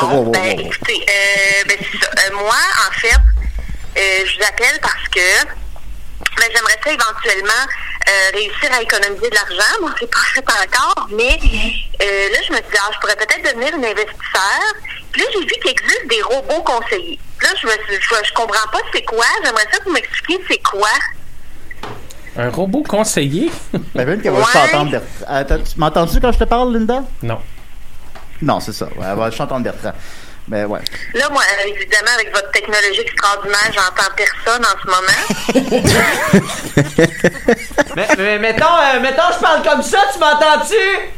Speaker 6: Bon,
Speaker 2: wow,
Speaker 6: ben,
Speaker 2: wow.
Speaker 6: écoutez, euh, ben, c'est ça. Euh, moi, en fait, euh, je vous appelle parce que ben, j'aimerais ça éventuellement euh, réussir à économiser de l'argent. Moi, c'est pas fait encore, mais euh, là, je me dis, ah, je pourrais peut-être devenir une investisseur. Puis là, j'ai vu qu'il existe des robots conseillers. Là, je, me suis- je, je comprends pas c'est quoi. J'aimerais ça que vous m'expliquiez c'est quoi.
Speaker 3: Un robot conseiller?
Speaker 4: T'imagines qu'elle va
Speaker 6: Ouais.
Speaker 4: juste entendre Bertrand. Attends, tu m'entends-tu quand je te parle, Linda?
Speaker 3: Non.
Speaker 4: Non, c'est ça. Ouais, elle va juste entendre Bertrand. Ben ouais.
Speaker 6: Là, moi, euh, évidemment, avec votre technologie extraordinaire, j'entends personne en ce moment.
Speaker 5: Mais, mais mettons, euh, mettons, je parle comme ça, tu m'entends-tu?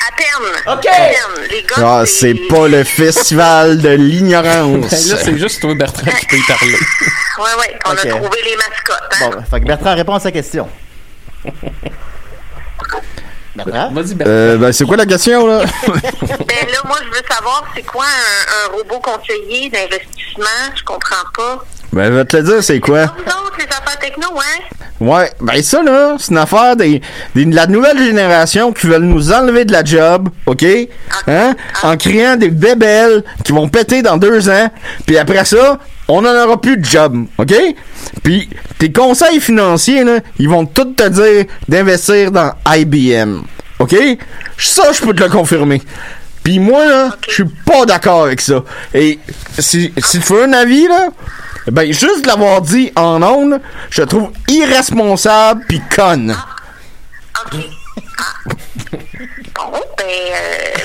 Speaker 6: À peine.
Speaker 5: OK.
Speaker 6: À peine. Les gars,
Speaker 2: Ah, c'est pas le festival de l'ignorance!
Speaker 3: Ben là, c'est juste toi, Bertrand, qui peux y parler.
Speaker 6: Ouais, ouais, on
Speaker 4: Ok.
Speaker 6: a trouvé les mascottes. Hein?
Speaker 4: Bon, fait que Bertrand répond à sa question. Bertrand?
Speaker 3: Vas-y, Bertrand.
Speaker 2: Euh, ben c'est quoi la question là?
Speaker 6: Ben là, moi, je veux savoir c'est quoi un, un robot conseiller d'investissement. Je comprends pas.
Speaker 2: ben je vais te le dire c'est quoi.
Speaker 6: Vous autres, les affaires techno, hein?
Speaker 2: Ouais, ben ça là, c'est une affaire des, des- de la nouvelle génération qui veulent nous enlever de la job, ok? Hein? En créant des bébelles qui vont péter dans deux ans, puis après ça, on n'en aura plus de job, ok? Puis tes conseils financiers, là, ils vont tout te dire d'investir dans IBM, ok? Ça, je peux te le confirmer. Puis moi, là, je suis pas d'accord avec ça. Et si, si tu veux un avis, là, ben, juste de l'avoir dit en ondes, je te trouve irresponsable pis conne.
Speaker 6: OK. Ah. Bon, ben, euh,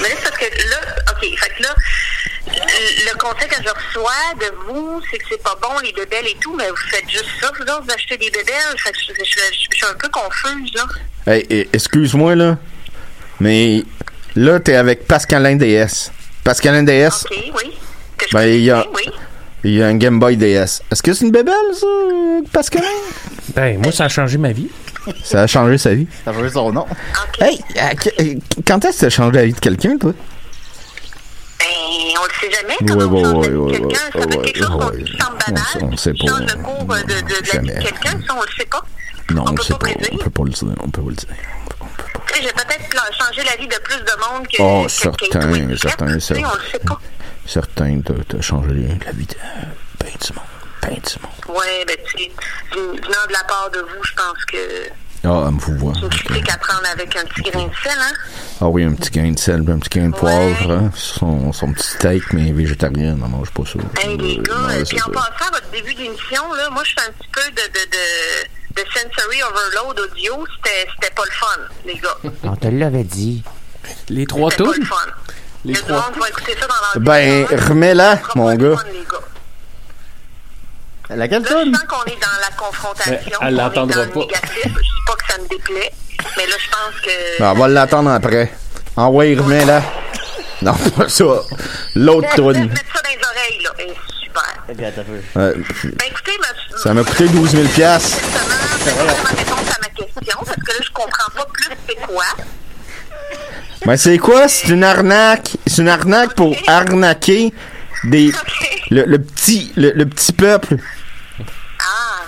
Speaker 6: mais là, c'est parce que là, OK, fait que là, le le conseil que je reçois de vous, c'est que c'est pas bon, les bébelles et tout, mais vous faites juste ça, vous autres, vous achetez des bébelles. Fait que je, je- je- je suis un peu confuse, là.
Speaker 2: Hey, eh, excuse-moi, là, mais là, t'es avec Pascalin DS. Pascalin DS,
Speaker 6: OK, oui. Que je
Speaker 2: Ben, il y a-
Speaker 6: connais, Oui.
Speaker 2: il y a un Game Boy DS. Est-ce que c'est une bébelle, ça, euh, Pascalin?
Speaker 3: Ben, moi, ça a changé ma vie.
Speaker 2: Ça a changé sa vie.
Speaker 4: Ça veut dire son nom.
Speaker 6: OK.
Speaker 2: Hey, à que- euh, quand est-ce que ça a changé la vie de quelqu'un, toi?
Speaker 6: Ben, on le sait jamais.
Speaker 2: Ouais,
Speaker 6: Quand
Speaker 2: ouais,
Speaker 6: on change
Speaker 2: ouais,
Speaker 6: de
Speaker 2: ouais,
Speaker 6: quelqu'un, ça
Speaker 2: ouais,
Speaker 6: peut être quelque chose qu'on
Speaker 2: ouais,
Speaker 6: dit qui semble
Speaker 2: on
Speaker 6: banal.
Speaker 2: sait- on sait
Speaker 6: puis
Speaker 2: pas,
Speaker 6: change le cours de, de, de la vie
Speaker 2: jamais.
Speaker 6: de quelqu'un, ça, on le sait pas.
Speaker 2: Non,
Speaker 6: on peut
Speaker 2: sait
Speaker 6: pas prédire.
Speaker 2: pas le dire, on peut pas le dire.
Speaker 6: Tu sais, j'ai peut-être la- changé la vie de plus de monde que.
Speaker 2: Oh,
Speaker 6: que-
Speaker 2: certain,
Speaker 6: que- que-
Speaker 2: certain,
Speaker 6: tu sais,
Speaker 2: certain.
Speaker 6: On le sait pas.
Speaker 2: Certains, t'as- t'as changé la vie de... euh, Ben, du monde, ben, du monde.
Speaker 6: Ouais, ben, tu sais, venant de la part de vous, je pense que
Speaker 2: Ah, elle me fout voir.
Speaker 6: c'est une critique à prendre avec un petit grain de sel, hein.
Speaker 2: Ah oui, un petit grain de sel, un petit grain de poivre, hein. son, son petit steak, mais végétarien, on mange pas ça.
Speaker 6: Hey, les gars,
Speaker 2: Ouais,
Speaker 6: euh,
Speaker 2: c'est
Speaker 6: puis en
Speaker 2: ça.
Speaker 6: passant à votre début d'émission, là, moi, je suis un petit peu de, de, de, de sensory overload audio. C'était c'était pas le fun, les gars.
Speaker 5: On te l'avait dit.
Speaker 3: Les trois
Speaker 6: C'était pas le
Speaker 3: tours?
Speaker 6: fun.
Speaker 3: Les
Speaker 6: Le
Speaker 3: trois
Speaker 6: monde va écouter ça dans leur
Speaker 2: Ben,
Speaker 6: téléphone.
Speaker 2: remets-la,
Speaker 6: Ce sera
Speaker 2: mon
Speaker 6: pas le
Speaker 2: gars.
Speaker 6: fun, les gars.
Speaker 4: Laquelle
Speaker 6: Là,
Speaker 4: tonne?
Speaker 6: je sens qu'on est dans la confrontation.
Speaker 3: Mais Ben, elle
Speaker 6: qu'on est
Speaker 3: l'entendra
Speaker 6: dans
Speaker 3: pas.
Speaker 6: le négatif. Je dis pas que ça me déplaît, mais là, je pense que.
Speaker 2: Ben, on va l'attendre après. Ah ouais, remets-la. Non, pas ça. L'autre
Speaker 6: Mettre
Speaker 2: toune.
Speaker 6: mettre ça dans les oreilles, là. Eh, super.
Speaker 4: Eh bien, attends un peu.
Speaker 2: Euh,
Speaker 6: Ben, écoutez, ma-
Speaker 2: ça m'a coûté 12 000 piastres.
Speaker 6: Justement, c'est vraiment ma réponse à ma question, parce que là, je comprends pas plus c'est quoi.
Speaker 2: Ben, c'est quoi? C'est une arnaque. C'est une arnaque pour arnaquer des...
Speaker 6: OK.
Speaker 2: Le, le petit, le, le petit peuple.
Speaker 6: Ah,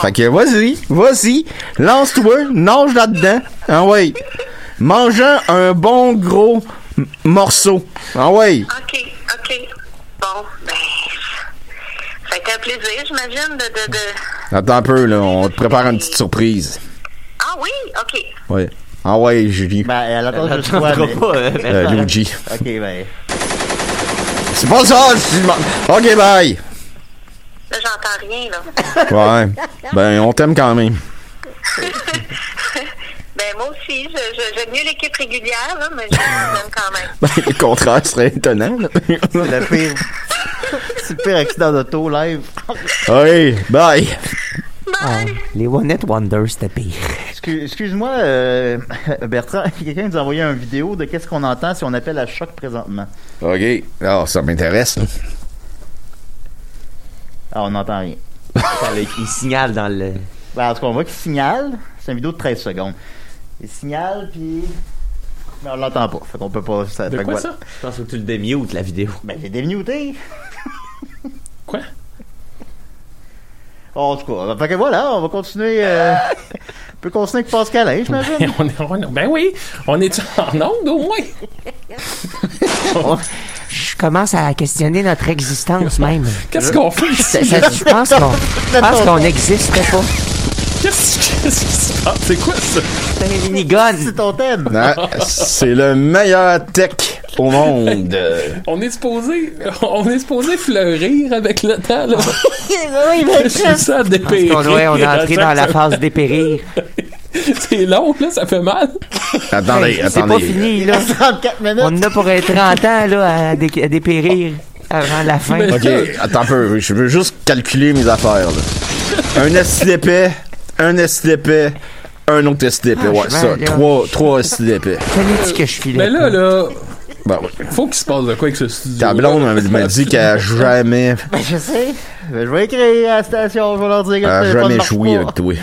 Speaker 2: Fait que vas-y, vas-y, lance-toi, nage là-dedans. Ah ouais. Mangeant un bon gros m- morceau. Ah ouais.
Speaker 6: OK, OK. Bon, ben. Ça a été un plaisir, j'imagine, de, de, de,
Speaker 2: Attends un peu, là. On te prépare une petite surprise.
Speaker 6: Ah oui? OK.
Speaker 2: Ouais. Ah ouais, Julie.
Speaker 4: Ben, elle attend
Speaker 5: Elle
Speaker 4: juste toi,
Speaker 5: attendra
Speaker 4: mais...
Speaker 5: pas, euh,
Speaker 2: Euh, Luigi.
Speaker 4: Ok, ben...
Speaker 2: C'est pas ça! je suis- Ok, bye!
Speaker 6: Là, j'entends rien, là.
Speaker 2: Ouais. Ben, on t'aime quand même.
Speaker 6: Ben, moi aussi, je- je- j'aime mieux l'équipe régulière, là, mais je les aime quand même.
Speaker 2: Ben, le contraire serait étonnant, là.
Speaker 4: C'est le pire... C'est le pire accident d'auto live.
Speaker 2: Oui, bye! Ah.
Speaker 6: Bye!
Speaker 5: Les One Hit Wonder, c'était pire.
Speaker 4: Excu- Excuse-moi, euh, Bertrand, quelqu'un nous a envoyé une vidéo de qu'est-ce qu'on entend si on appelle à choc présentement.
Speaker 2: Ok. Ah, ça m'intéresse, là.
Speaker 4: Ah, on n'entend rien.
Speaker 5: Il signale dans le.
Speaker 4: Ben, en tout cas, on voit qu'il signale. C'est une vidéo de 13 secondes. Il signale, puis... Mais on l'entend pas. Fait qu'on peut pas... Ça, fait
Speaker 3: De
Speaker 4: que
Speaker 3: quoi
Speaker 4: voilà.
Speaker 3: ça?
Speaker 5: Je pense que tu le démutes, la vidéo.
Speaker 4: Ben, j'ai déminuté.
Speaker 3: Quoi?
Speaker 4: En tout cas, ben, fait que voilà, on va continuer... euh, on peut continuer avec Pascal, hein, j'imagine.
Speaker 3: Ben, on est- on est- ben oui, on est en onde au moins.
Speaker 5: Je commence à questionner notre existence même.
Speaker 3: Qu'est-ce qu'on fait ici?
Speaker 5: Euh. Ça- ça- Je pense qu'on je pense qu'on n'existe pas.
Speaker 3: Qu'est-ce qu'est-ce qui se passe? C'est quoi ça?
Speaker 5: C'est un minigun.
Speaker 4: C'est ton thème.
Speaker 2: Ah, c'est le meilleur tech au monde.
Speaker 3: On est supposé, on est supposé fleurir avec le temps, là.
Speaker 4: oui,
Speaker 3: Je suis ça dépérir.
Speaker 5: On, ouais, on est entré dans la phase dépérir.
Speaker 3: C'est long, là, ça fait mal.
Speaker 2: Attendez,
Speaker 5: C'est
Speaker 2: attendez.
Speaker 5: pas fini, là.
Speaker 4: 34 minutes.
Speaker 5: On en a pour être 30 ans, là, à, dé- à dépérir avant la fin.
Speaker 3: Mais-
Speaker 2: Ok, attends un peu. Je veux juste calculer mes affaires, là. Un esti d'épais, un esti d'épais, un autre esti d'épais.
Speaker 5: Ah,
Speaker 2: Ouais,
Speaker 5: je
Speaker 2: ça.
Speaker 5: vais, là.
Speaker 2: Trois, trois esti d'épais.
Speaker 5: Fallait-tu que je filais?
Speaker 3: Mais là, là,
Speaker 2: Bon, ouais.
Speaker 3: faut qu'il se passe de quoi avec ce studio.
Speaker 2: Ta blonde elle m'a dit qu'elle a jamais,
Speaker 4: Ben, je sais. Ben, je vais écrire à la station, je vais leur dire que
Speaker 2: elle a
Speaker 4: le téléphone
Speaker 2: jamais
Speaker 4: marche
Speaker 2: joué
Speaker 4: pas.
Speaker 2: avec toi.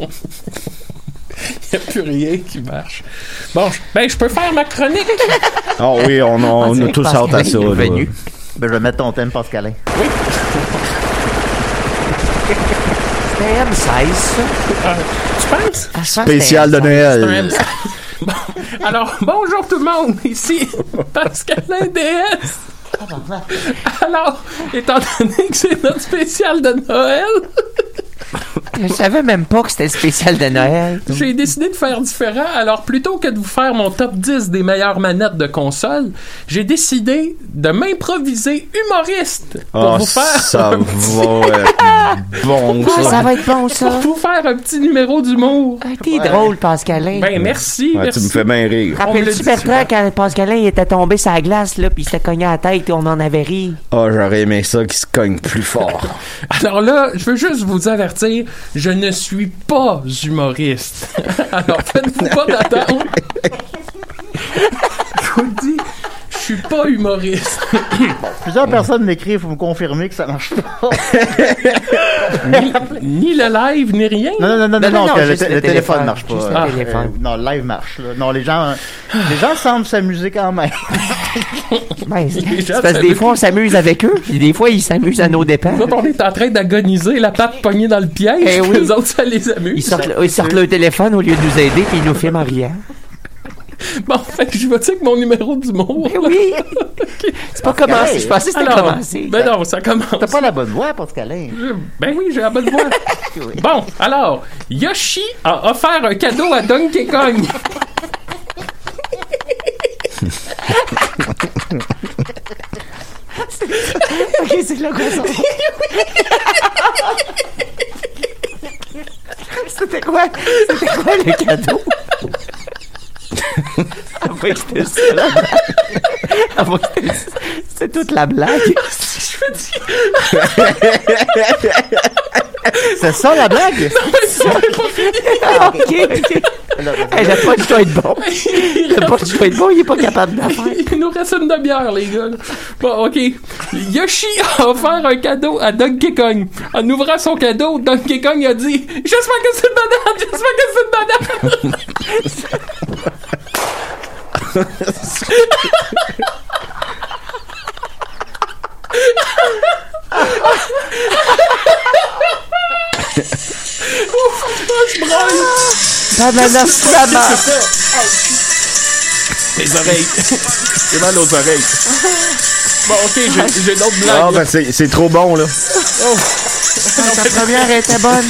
Speaker 3: Il n'y a plus rien qui marche. Bon, je- ben, je peux faire ma chronique.
Speaker 2: Ah oui, on, a- on a tous hâte à ça, là.
Speaker 4: Ben, je vais mettre ton thème, Pascalin.
Speaker 5: C'était M16, ça.
Speaker 3: Tu penses?
Speaker 5: Ah, je pense que c'était
Speaker 2: Spécial de
Speaker 5: M16.
Speaker 2: Noël. Ah,
Speaker 3: Bon, alors, bonjour tout le monde, ici Pascalin DS. Alors, étant donné que c'est notre spécial de Noël,
Speaker 5: Je savais même pas que c'était le spécial de Noël.
Speaker 2: Hum.
Speaker 3: j'ai décidé de faire différent. Alors, plutôt que de vous faire mon top 10 des meilleures manettes de console, j'ai décidé de m'improviser humoriste pour
Speaker 2: Ah,
Speaker 3: vous faire
Speaker 2: ça
Speaker 3: un
Speaker 2: va être bon,
Speaker 5: Ah,
Speaker 2: ça.
Speaker 5: ça va être bon, ça.
Speaker 3: pour vous faire un petit numéro d'humour.
Speaker 5: Ah, T'es drôle, Pascalin.
Speaker 3: Ben merci,
Speaker 2: Ouais, tu me
Speaker 3: merci.
Speaker 2: fais bien rire.
Speaker 3: on me le
Speaker 5: Rappelles-tu,
Speaker 3: dit
Speaker 5: Bertrand, quand Pascalin il était tombé sur la glace, là, puis il s'était cogné à la tête, et on en avait ri.
Speaker 2: Ah, j'aurais aimé ça qu'il se cogne plus fort.
Speaker 3: Alors là, je veux juste vous avertir, je ne suis pas humoriste. Alors faites-vous pas d'attente. je vous le dis, je suis pas humoriste.
Speaker 4: Plusieurs personnes m'écrivent pour me confirmer que ça marche pas.
Speaker 3: Ni, ni le live, ni rien.
Speaker 4: Non, non, non, non, non,
Speaker 5: non,
Speaker 4: que le,
Speaker 5: juste
Speaker 4: té-
Speaker 5: le
Speaker 4: le téléphone
Speaker 5: téléphone,
Speaker 4: marche pas.
Speaker 5: juste le
Speaker 4: Euh,
Speaker 5: téléphone.
Speaker 4: non, le live marche. là. Non, les gens, les gens semblent s'amuser quand même.
Speaker 5: Ben, c'est
Speaker 3: Les gens
Speaker 5: c'est parce que des
Speaker 3: s'amusent. Oh,
Speaker 5: fois, on s'amuse avec eux, puis des fois, ils s'amusent à nos dépens.
Speaker 3: Nous autres, on est en train d'agoniser, la patte pognée dans le piège,
Speaker 5: Eh oui.
Speaker 3: les autres, ça les amuse.
Speaker 5: Ils sortent, le- ils sortent le téléphone au lieu de nous aider, puis ils nous filment en riant.
Speaker 3: Bon, fait que je vais dire que mon numéro d'humour... là.
Speaker 5: Eh Oui! C'est pas commencé, je pensais que c'était
Speaker 3: Alors,
Speaker 5: commencé.
Speaker 3: ben non, ça commence.
Speaker 4: T'as pas la bonne voix, Pascalin.
Speaker 3: Ben oui, j'ai la bonne voix. bon, alors, Yoshi a offert un cadeau à Donkey Kong.
Speaker 5: Ok, c'est là qu'on sort. C'était quoi? C'était quoi le cadeau? Ah oui, c'était ça. Ah oui, c'était ça. C'est toute la blague.
Speaker 4: C'est ça la blague?
Speaker 5: Ah, ok, ok. Hey, J'ai pas le choix de bon. J'ai pas le choix de bon, il est pas capable de la faire.
Speaker 3: Il nous reste une demi-heure, les gars. là. Bon, OK. Yoshi a offert un cadeau à Donkey Kong. En ouvrant son cadeau, Donkey Kong a dit « J'espère que c'est une banane! J'espère que c'est une banane!
Speaker 5: Banana Slama.
Speaker 2: Les oreilles. J'ai mal aux oreilles. »
Speaker 3: Bon, OK, j'ai- j'ai d'autres blagues.
Speaker 2: Ah,
Speaker 3: là.
Speaker 2: ben c'est c'est trop bon, là.
Speaker 5: Ta première était bonne.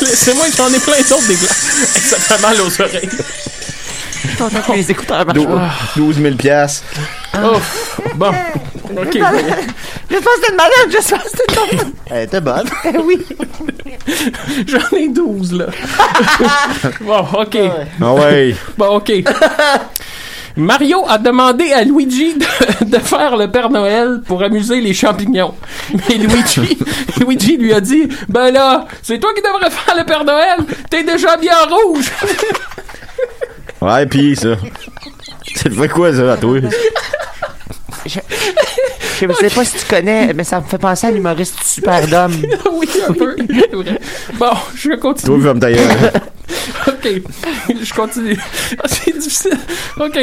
Speaker 3: Laissez-moi, j'en ai plein d'autres des glaces. Hey, ça fait mal aux oreilles.
Speaker 5: Content que les écouteurs marchent.
Speaker 2: Dou- 12 000 piastres.
Speaker 3: Ouf. Bon. OK.
Speaker 5: Je pense que t'es une malade, je pense que t'es une malade.
Speaker 4: Elle était bonne.
Speaker 5: Eh oui.
Speaker 3: J'en ai 12, là. bon, OK.
Speaker 2: Ah ouais.
Speaker 3: Bon, OK. Mario a demandé à Luigi de, de faire le Père Noël pour amuser les champignons. Mais Luigi, Luigi lui a dit Ben là, c'est toi qui devrais faire le Père Noël, t'es déjà bien rouge.
Speaker 2: Ouais, pis ça. Ça te fait quoi, ça, à toi?
Speaker 5: Je sais pas si tu connais, mais ça me fait penser à l'humoriste Superdome.
Speaker 3: oui, un peu. c'est vrai. Bon, je
Speaker 2: Toi,
Speaker 3: continue.
Speaker 2: ferme ta gueule.
Speaker 3: OK. Je continue. Ah, c'est difficile. OK.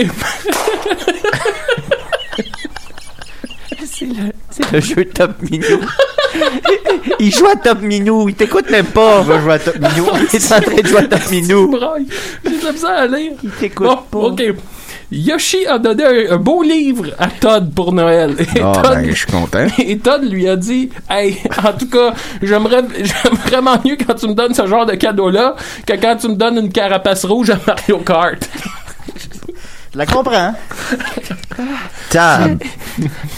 Speaker 5: C'est le, c'est le jeu Top Minou. il joue à Top Minou, il t'écoute même pas.
Speaker 4: On va jouer à Top Mignon.
Speaker 5: Il est en train de jouer à Top Minou.
Speaker 3: Braille. J'ai de la misère à lire.
Speaker 5: Il t'écoute
Speaker 3: Bon,
Speaker 5: pas.
Speaker 3: OK. Yoshi a donné un, un beau livre à Todd pour Noël. Et
Speaker 2: Ah,
Speaker 3: Todd-
Speaker 2: ben, je suis content.
Speaker 3: Et Todd lui a dit Hey, en tout cas, j'aimerais j'aime vraiment mieux quand tu me donnes ce genre de cadeau-là que quand tu me donnes une carapace rouge à Mario Kart.
Speaker 4: Je la comprends.
Speaker 2: Tab.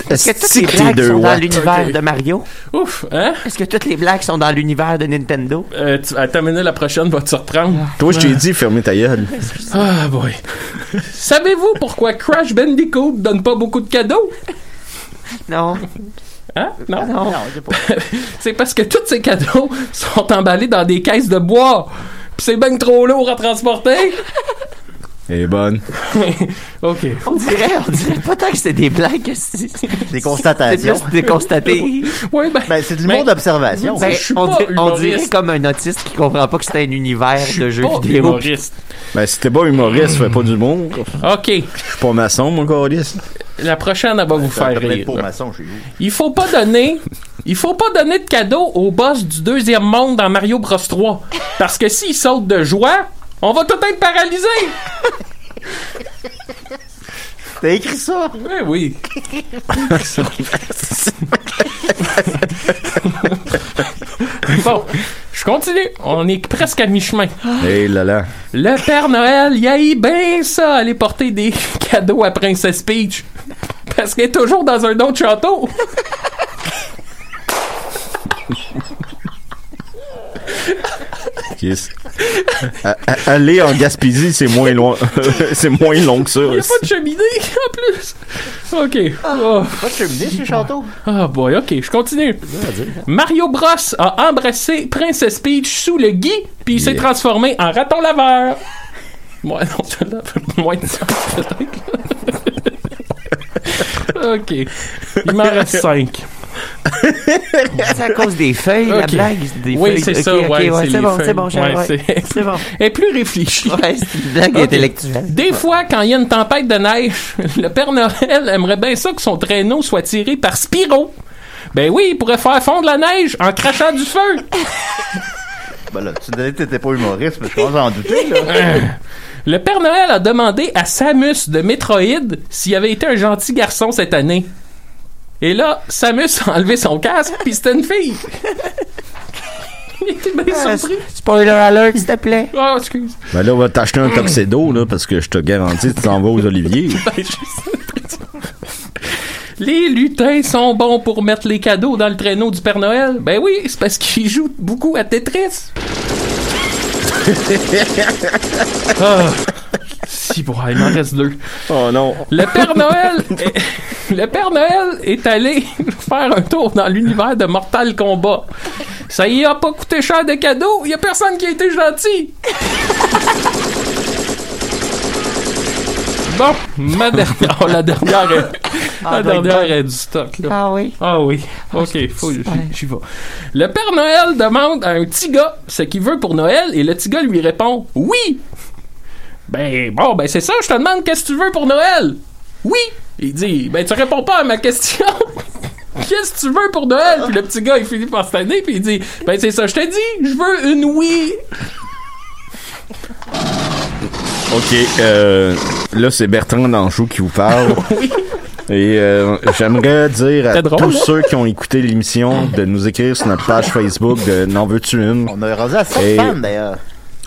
Speaker 5: Est-ce que toutes
Speaker 2: Est-ce que t'es
Speaker 5: les blagues
Speaker 2: deux
Speaker 5: sont dans
Speaker 2: watts?
Speaker 5: l'univers
Speaker 3: Ok.
Speaker 5: de Mario?
Speaker 3: Ouf, hein?
Speaker 5: Est-ce que toutes les blagues sont dans l'univers de Nintendo?
Speaker 3: Euh, tu, attends une minute, la prochaine va te surprendre.
Speaker 2: Toi, je t'ai dit, fermez ta gueule.
Speaker 3: Ah, boy. Savez-vous pourquoi Crash Bandicoot donne pas beaucoup de cadeaux?
Speaker 5: Non.
Speaker 3: Hein? Non?
Speaker 5: Non.
Speaker 4: Non, je sais pas.
Speaker 3: C'est parce que tous ces cadeaux sont emballés dans des caisses de bois. Puis c'est ben trop lourd à transporter.
Speaker 2: Elle est Eh, bonne.
Speaker 3: OK.
Speaker 5: On dirait, on dirait pas tant que c'est des blagues. que C'est c'est
Speaker 4: Des constatations.
Speaker 5: plus des constatés.
Speaker 3: Ouais, ben.
Speaker 4: Ben, c'est du monde
Speaker 3: Ben,
Speaker 4: d'observation.
Speaker 3: ben,
Speaker 5: Ben,
Speaker 3: Je suis
Speaker 5: on,
Speaker 3: pas
Speaker 5: dirait, on
Speaker 3: humoriste.
Speaker 5: dirait comme un autiste qui comprend pas que c'est un univers
Speaker 3: je suis
Speaker 5: de jeux
Speaker 3: pas
Speaker 5: vidéo.
Speaker 3: humoriste.
Speaker 2: Ben, si t'es pas humoriste, fais pas du bon.
Speaker 3: OK.
Speaker 2: Je suis pas maçon, mon calice.
Speaker 3: La prochaine, elle va vous
Speaker 4: Ça
Speaker 3: faire
Speaker 4: devrait
Speaker 3: rire.
Speaker 4: être pour maçon chez vous.
Speaker 3: Il faut pas donner, il faut pas donner de cadeau au boss du deuxième monde dans Mario Bros 3, parce que s'il saute de joie, on va tout être paralysé.
Speaker 4: T'as écrit ça?
Speaker 3: Oui, Eh oui. bon, je continue. On est presque à mi-chemin.
Speaker 2: Hé Eh, là là.
Speaker 3: Le Père Noël, il haït bien ça, aller porter des cadeaux à Princesse Peach. Parce qu'elle est toujours dans un autre château.
Speaker 2: Yes. À- à- Aller en Gaspésie, c'est moins loin. c'est moins long que ça.
Speaker 3: Il n'y a pas de cheminée, en plus. OK. Oh.
Speaker 4: Pas de cheminée chez Château?
Speaker 3: Ah boy, ok, je continue. Mario Bros a embrassé Princess Peach sous le gui, puis il s'est
Speaker 2: Yeah.
Speaker 3: transformé en raton laveur. Moi, non, celle-là fait moins de sens, peut-être. ok. Il m'en reste cinq.
Speaker 5: C'est à cause des feuilles, la
Speaker 3: Ok.
Speaker 5: blague. Des
Speaker 3: Oui,
Speaker 5: feuilles.
Speaker 3: c'est
Speaker 5: Ok,
Speaker 3: ça,
Speaker 5: ok,
Speaker 3: ouais, c'est
Speaker 5: c'est
Speaker 3: les
Speaker 5: bon,
Speaker 3: feuilles.
Speaker 5: c'est bon, Charles,
Speaker 3: Ouais,
Speaker 5: ouais.
Speaker 3: c'est-
Speaker 5: C'est bon.
Speaker 3: Elle est plus réfléchie.
Speaker 5: Ouais, c'est une blague
Speaker 3: Ok.
Speaker 5: intellectuelle.
Speaker 3: Des fois, quand il y a une tempête de neige, le Père Noël aimerait bien ça que son traîneau soit tiré par Spiro. Ben oui, il pourrait faire fondre la neige en crachant du feu.
Speaker 4: Ben là, tu disais que t'étais pas humoriste, mais je pense en douter, là.
Speaker 3: Le Père Noël a demandé à Samus de Metroid s'il avait été un gentil garçon cette année. Et là, Samus a enlevé son casque, puis c'était une fille. Il était bien
Speaker 5: Euh,
Speaker 3: surpris.
Speaker 5: Spoiler alert, s'il te plaît.
Speaker 3: Ah, excuse.
Speaker 2: Ben là, on va t'acheter un tuxedo, là, parce que je te garantis, tu t'en vas aux Oliviers.
Speaker 3: Ben, je sais pas. Les lutins sont bons pour mettre les cadeaux dans le traîneau du Père Noël. Ben oui, c'est parce qu'ils jouent beaucoup à Tetris. ah. Si, bon, il m'en reste deux.
Speaker 2: Oh non.
Speaker 3: Le Père Noël, est, le Père Noël est allé faire un tour dans l'univers de Mortal Kombat. Ça y a pas coûté cher de cadeaux. Il y a personne qui a été gentil. Bon, ma dernière, oh, la dernière, est, la
Speaker 5: doit être
Speaker 3: dernière est du stock. Là.
Speaker 5: Ah oui.
Speaker 3: Ah oui. OK, faut j'y- j'y vais. Le Père Noël demande à un petit gars ce qu'il veut pour Noël et le petit gars lui répond "Oui." Ben bon, ben c'est ça, je te demande qu'est-ce que tu veux pour Noël Oui. Il dit "Ben tu réponds pas à ma question." Qu'est-ce que tu veux pour Noël? Puis le petit gars, il finit par cette année, puis il dit Ben, c'est ça, je t'ai dit, je veux une oui!
Speaker 2: OK, euh, là, c'est Bertrand Danjou qui vous parle.
Speaker 3: Oui.
Speaker 2: Et euh, j'aimerais dire à
Speaker 3: C'était drôle,
Speaker 2: tous
Speaker 3: hein?
Speaker 2: ceux qui ont écouté l'émission de nous écrire sur notre page Facebook de N'en veux-tu une?
Speaker 4: On a rasé à 7
Speaker 2: Et-
Speaker 4: fans d'ailleurs.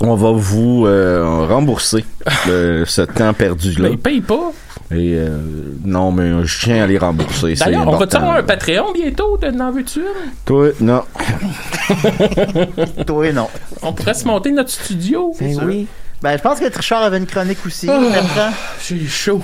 Speaker 2: On va vous euh, rembourser le- ce temps perdu-là.
Speaker 3: Mais ils payent Ben, pas.
Speaker 2: Et euh, non, mais je tiens à les rembourser. c'est
Speaker 3: D'ailleurs, on va-tu
Speaker 2: important.
Speaker 3: avoir un Patreon bientôt de N'en veux-tu une?
Speaker 2: Toi, non.
Speaker 4: Toi, non.
Speaker 3: On pourrait se monter notre studio.
Speaker 5: Ben
Speaker 4: sûr.
Speaker 5: oui.
Speaker 4: Ben, je pense que Trichard avait une chronique aussi,
Speaker 3: Ah.
Speaker 4: Bertrand.
Speaker 3: J'ai chaud.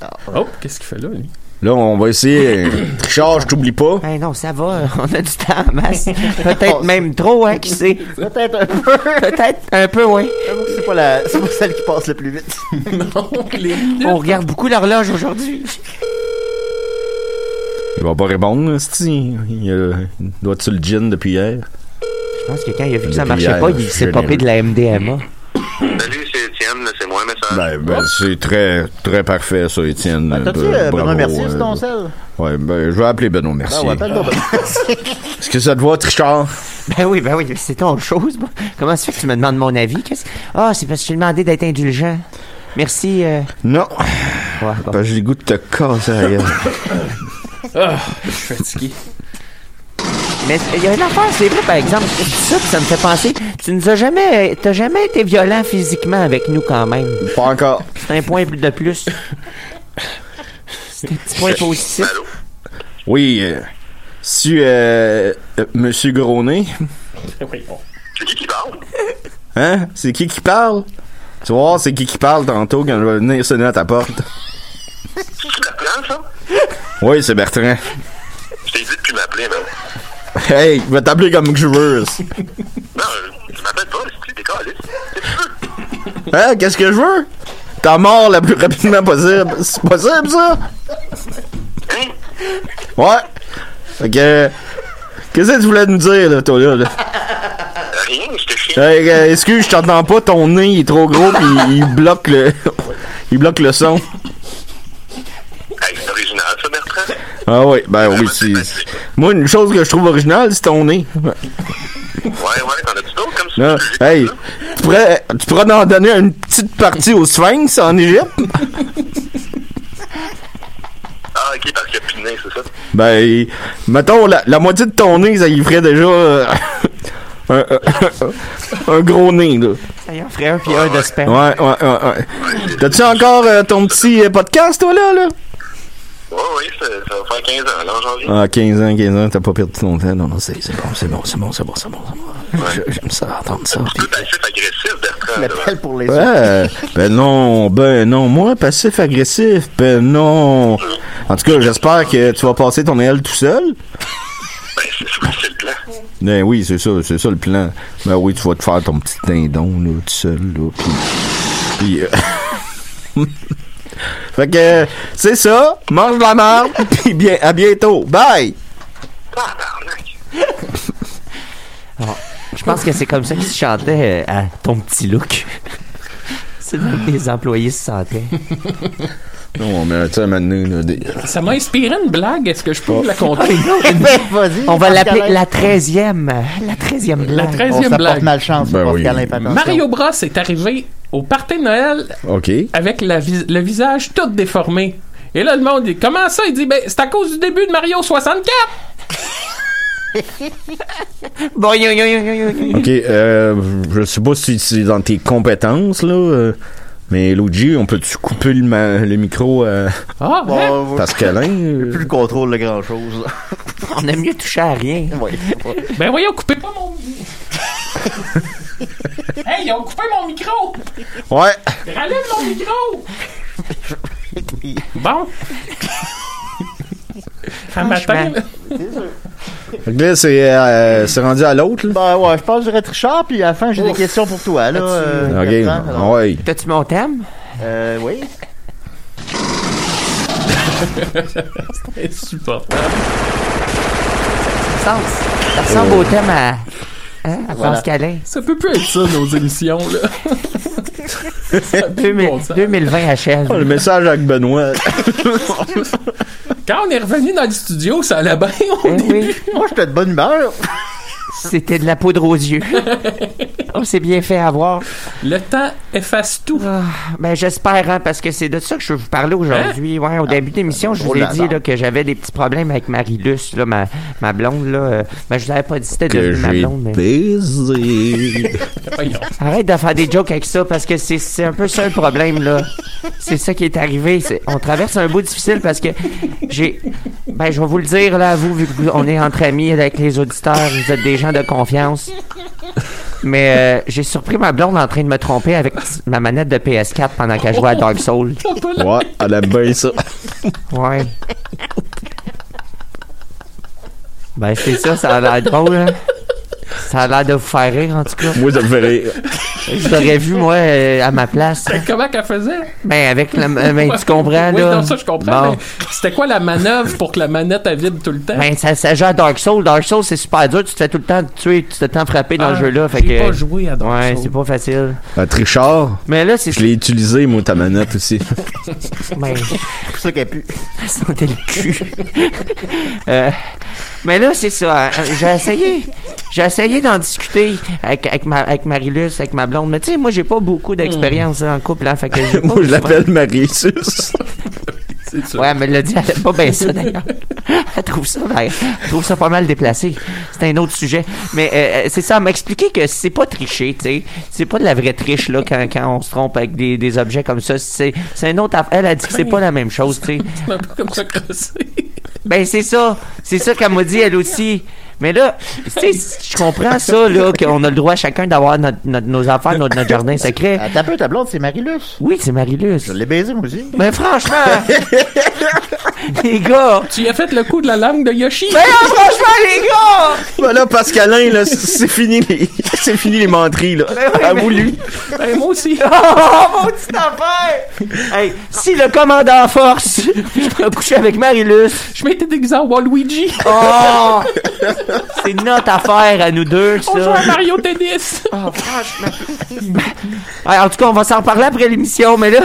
Speaker 4: Ah, ouais.
Speaker 3: Oh, qu'est-ce qu'il fait là, lui?
Speaker 2: Là, on va essayer. Richard, je t'oublie pas.
Speaker 5: Ben non, ça va, on a du temps en masse. Peut-être même trop, hein, qui sait.
Speaker 4: Peut-être un peu.
Speaker 5: Peut-être un peu, oui.
Speaker 4: J'avoue que C'est pas, la... c'est pas celle qui passe le plus vite.
Speaker 3: Non, les
Speaker 5: On regarde beaucoup l'horloge aujourd'hui.
Speaker 2: Il va pas répondre, c'ti. Il, euh, il doit être sur le gin depuis hier.
Speaker 5: Je pense que quand il a vu que ça
Speaker 2: Depuis
Speaker 5: marchait
Speaker 2: hier,
Speaker 5: pas,
Speaker 2: je
Speaker 5: il
Speaker 2: suis
Speaker 5: s'est popé
Speaker 2: généreux.
Speaker 5: de la MDMA.
Speaker 7: Salut, c'est Étienne, c'est moi, mais ça.
Speaker 2: Ben, ben c'est très, très parfait, ça, Étienne.
Speaker 4: T'as-tu
Speaker 2: Ben,
Speaker 4: euh,
Speaker 2: bravo,
Speaker 4: Benoît Mercier
Speaker 2: euh,
Speaker 4: sur ton sel?
Speaker 2: Ouais, ben, je vais appeler Benoît
Speaker 4: Ah
Speaker 2: Mercier.
Speaker 4: ouais, appelle donc Benoît Mercier.
Speaker 2: Est-ce que ça te va, Richard?
Speaker 5: Ben oui, ben oui, c'est ton chose. moi. Comment ça fait que tu me demandes mon avis? Qu'est-ce- Ah, c'est parce que je t'ai demandé d'être indulgent. Merci. Euh...
Speaker 2: Non.
Speaker 5: ouais, bon.
Speaker 2: Ben, j'ai le goût de te casser la gueule.
Speaker 3: fatigués.
Speaker 5: Mais il y a une affaire, c'est vrai, par exemple. Ça, ça me fait penser. Tu nous as jamais. T'as jamais été violent physiquement avec nous quand même.
Speaker 2: Pas encore.
Speaker 5: C'est un point de plus. C'est un petit point positif.
Speaker 7: Allô?
Speaker 2: Oui, euh, si, euh, euh, Monsieur Grosnet,
Speaker 3: Oui, bon.
Speaker 7: C'est qui qui parle?
Speaker 2: hein? C'est qui qui parle? Tu vas voir, c'est qui qui parle tantôt quand je vais venir sonner à ta porte.
Speaker 7: Tu t'apprends, ça?
Speaker 2: Oui, c'est Bertrand.
Speaker 7: hein? Je t'ai dit que tu m'appelais, man.
Speaker 2: Hey, je vais t'appeler comme que je veux.
Speaker 7: Non, euh, tu m'appelles pas, c'est des calices.
Speaker 2: Hein? Qu'est-ce que je veux? Ta mort la plus rapidement possible. C'est possible, ça?
Speaker 7: Hein?
Speaker 2: Ouais. Fait que. Qu'est-ce que tu voulais nous dire, là, toi, là? là?
Speaker 7: Rien, je te chie.
Speaker 2: Hey, euh, excuse, je t'entends pas, ton nez, il est trop gros, pis il, il bloque le. il bloque le son.
Speaker 7: Hey, c'est original, ça, Bertrand.
Speaker 2: Ah oui, ben oui, c'est. Moi, une chose que je trouve originale, c'est ton nez.
Speaker 7: Ouais, ouais, t'en as-tu d'autres comme ça?
Speaker 2: Là, hey, tu pourrais, tu pourrais en donner une petite partie au Sphinx en Égypte?
Speaker 7: Ah, ok, parce qu'il y a plus de nez, c'est ça?
Speaker 2: Ben, il- mettons, la, la moitié de ton nez, ça y ferait déjà euh, un, un- un gros nez, là.
Speaker 5: D'ailleurs, frère, puis un de sperme.
Speaker 2: Ouais, ouais, ouais. ouais. T'as-tu encore euh, ton petit euh, podcast, toi, là, là?
Speaker 7: Ouais, ouais, ça, ça va faire 15 ans, là, en janvier.
Speaker 2: Ah, 15 ans, 15 ans, t'as pas perdu ton temps. Non, non, c'est c'est bon, c'est bon, c'est bon, c'est bon, c'est bon. c'est bon. Je- J'aime ça, entendre ça.
Speaker 7: Un peu passif agressif, Bertrand. là.
Speaker 4: L'appel pour les autres.
Speaker 2: Ouais, ben non, ben non, moi, passif-agressif, ben non. En tout cas, j'espère que tu vas passer ton L tout seul.
Speaker 7: Ben, c'est ça, c'est le plan.
Speaker 2: Ben oui, c'est ça, c'est ça le plan. Ben oui, tu vas te faire ton petit dindon, là, tout seul, là, pis... pis, euh, fait que, c'est ça, mange de la merde, pis bien, à bientôt, bye!
Speaker 7: Ah, barnac.
Speaker 5: Je pense que c'est comme ça qu'il se chantait euh, à ton petit look. C'est là que les employés se sentaient.
Speaker 2: Non, mais tu sais, maintenant, là, des...
Speaker 3: Ça m'a inspiré une blague. Est-ce que je peux vous la conter?
Speaker 4: Vas-y.
Speaker 5: On va
Speaker 4: Pascal
Speaker 5: l'appeler
Speaker 4: Alain.
Speaker 5: la treizième. La treizième
Speaker 3: La
Speaker 5: blague.
Speaker 4: On
Speaker 3: treizième
Speaker 4: s'apporte
Speaker 3: blague.
Speaker 4: malchance.
Speaker 2: Ben
Speaker 4: pour
Speaker 2: oui.
Speaker 4: Pascal Alain, fais attention.
Speaker 3: Mario Bros est arrivé au party de Noël
Speaker 2: OK.
Speaker 3: avec la vis- le visage tout déformé. Et là, le monde dit Comment ça Il dit Ben, c'est à cause du début de Mario 64
Speaker 5: Bon, yo, yo, yo, yo, yo, yo.
Speaker 2: OK, euh, je sais pas si c'est dans tes compétences, là, euh, mais Luigi, on peut-tu couper le, ma- le micro à
Speaker 3: Ah,
Speaker 4: Bon,
Speaker 3: hein?
Speaker 4: vous-
Speaker 2: Pascalin? euh?
Speaker 4: Plus le contrôle de grand chose.
Speaker 5: On aime mieux toucher à rien.
Speaker 4: ouais.
Speaker 3: Ben voyons, coupez pas mon. hey, ils ont coupé mon micro
Speaker 2: Ouais!
Speaker 3: Rallume mon micro Bon. Un matin, là.
Speaker 2: Fait que là, c'est euh, c'est rendu à l'autre, là?
Speaker 4: Ben ouais, je pense que j'aurais Trichard, puis à la fin, j'ai des questions pour toi, là. euh, Bertrand.
Speaker 2: OK, Ah
Speaker 4: Alors,
Speaker 2: ouais.
Speaker 5: T'as-tu mon thème?
Speaker 4: Euh, oui.
Speaker 3: insupportable.
Speaker 5: Sens. Ça ressemble au thème à. Hein, à
Speaker 4: Voilà.
Speaker 5: Pascalin.
Speaker 3: Ça peut plus être ça, nos émissions, là. ça a plus de
Speaker 5: 2000
Speaker 3: bon sens.
Speaker 5: 2020 achève.
Speaker 2: Ah, le message avec Benoît.
Speaker 3: Quand on est revenu dans le studio, ça allait bien.
Speaker 5: Eh
Speaker 3: On est
Speaker 5: oui,
Speaker 4: Moi, j'étais de bonne humeur.
Speaker 5: c'était de la poudre aux yeux. On s'est bien fait avoir.
Speaker 3: Le temps efface tout.
Speaker 5: Ah, ben j'espère, hein, parce que c'est de ça que je veux vous
Speaker 3: Hein?
Speaker 5: parler aujourd'hui. Ouais,
Speaker 3: Ah,
Speaker 5: au début de l'émission, je vous
Speaker 4: drôle
Speaker 5: ai dit
Speaker 4: d'hasard.
Speaker 5: là, que j'avais des petits problèmes avec Marie-Luce, là, ma, ma blonde. Là, euh, ben, je vous avais pas dit c'était
Speaker 2: Que
Speaker 5: devenu ma
Speaker 2: j'ai
Speaker 5: blonde. mais-
Speaker 2: baisé.
Speaker 3: Voyons.
Speaker 5: Arrête de faire des jokes avec ça parce que c'est- c'est un peu ça le problème là. C'est ça qui est arrivé. C'est- On traverse un bout difficile parce que j'ai. Ben je vais vous le dire là à vous vu que vous- on est entre amis avec les auditeurs, vous êtes des gens de confiance. Mais euh, j'ai surpris ma blonde en train de me tromper avec ma manette de PS4 pendant qu'elle jouait à Dark Souls.
Speaker 2: Ouais, elle aime bien ça.
Speaker 5: Ouais. Ben c'est ça, ça a l'air drôle. hein. Ça a l'air de vous faire rire en tout cas.
Speaker 2: Moi, ça me fait rire.
Speaker 5: Je l'aurais vu moi euh, à ma place.
Speaker 3: Comment qu'elle faisait?
Speaker 5: Ben, avec la. euh, Ben, tu comprends,
Speaker 3: Oui,
Speaker 5: là?
Speaker 3: non, ça, je comprends.
Speaker 5: Bon.
Speaker 3: mais c'était quoi la manœuvre pour que la manette elle vibre tout le temps?
Speaker 5: Ben, ça, ça joue à Dark Souls. Dark Souls, c'est super dur. Tu te fais tout le temps tuer, tu te temps frapper dans
Speaker 3: Ah,
Speaker 5: le jeu-là. Fait
Speaker 3: j'ai
Speaker 5: que.
Speaker 3: pas joué à Dark
Speaker 5: Ouais,
Speaker 3: Souls.
Speaker 5: c'est pas facile.
Speaker 2: Un Euh, trichard,
Speaker 5: Mais là, c'est.
Speaker 2: je l'ai utilisé, moi, ta manette aussi.
Speaker 5: Ben,
Speaker 4: C'est pour ça qu'elle pue.
Speaker 5: sentais le cul. Euh, mais là, c'est ça. hein, J'ai essayé. J'ai essayé d'en discuter avec, avec, ma, avec Marie-Luce, avec ma blonde. Mais tu sais, moi, j'ai pas beaucoup d'expérience
Speaker 3: Hmm.
Speaker 5: hein, en couple, hein. Fait que j'ai pas
Speaker 2: Moi, je
Speaker 5: souvent-
Speaker 2: l'appelle Marie-Sus.
Speaker 3: C'est sûr.
Speaker 5: Ouais, mais elle l'a dit, elle aime pas bien ça d'ailleurs. Elle trouve ça, ben, elle trouve ça pas mal déplacé. C'est un autre sujet. Mais euh, euh, c'est ça, elle m'a expliqué que c'est pas tricher, tu sais. C'est pas de la vraie triche, là, quand, quand on se trompe avec des, des objets comme ça. C'est c'est un autre affaire. Elle a dit que c'est pas la même chose, tu sais.
Speaker 3: C'est un peu comme ça creuser.
Speaker 5: Ben, c'est ça. C'est ça qu'elle m'a dit, elle aussi. Mais là, tu sais, je comprends ça, là, qu'on a le droit chacun d'avoir notre, notre- nos affaires, notre, notre jardin secret.
Speaker 4: Attends un Ah, peu, ta blonde, c'est Marie-Luce.
Speaker 5: Oui, c'est Marie-Luce.
Speaker 4: Je l'ai baisée, moi aussi.
Speaker 5: Mais franchement, les gars,
Speaker 3: Tu y as fait le coup de la langue de Yoshi?
Speaker 5: mais là, franchement, les gars!
Speaker 2: Ben là, Pascalin, là, c- c'est fini les, c'est fini les menteries, là. À vous, lui.
Speaker 3: Ben, moi aussi.
Speaker 5: Oh, mon petit affaire! Hey, si le commandant force, je me coucher avec Marilus.
Speaker 3: Je m'étais déguisé en Waluigi.
Speaker 5: Oh! C'est notre affaire à nous deux,
Speaker 3: On joue
Speaker 5: ça.
Speaker 3: à Mario Tennis.
Speaker 5: Ah. Hey, en tout cas, on va s'en reparler après l'émission, mais là,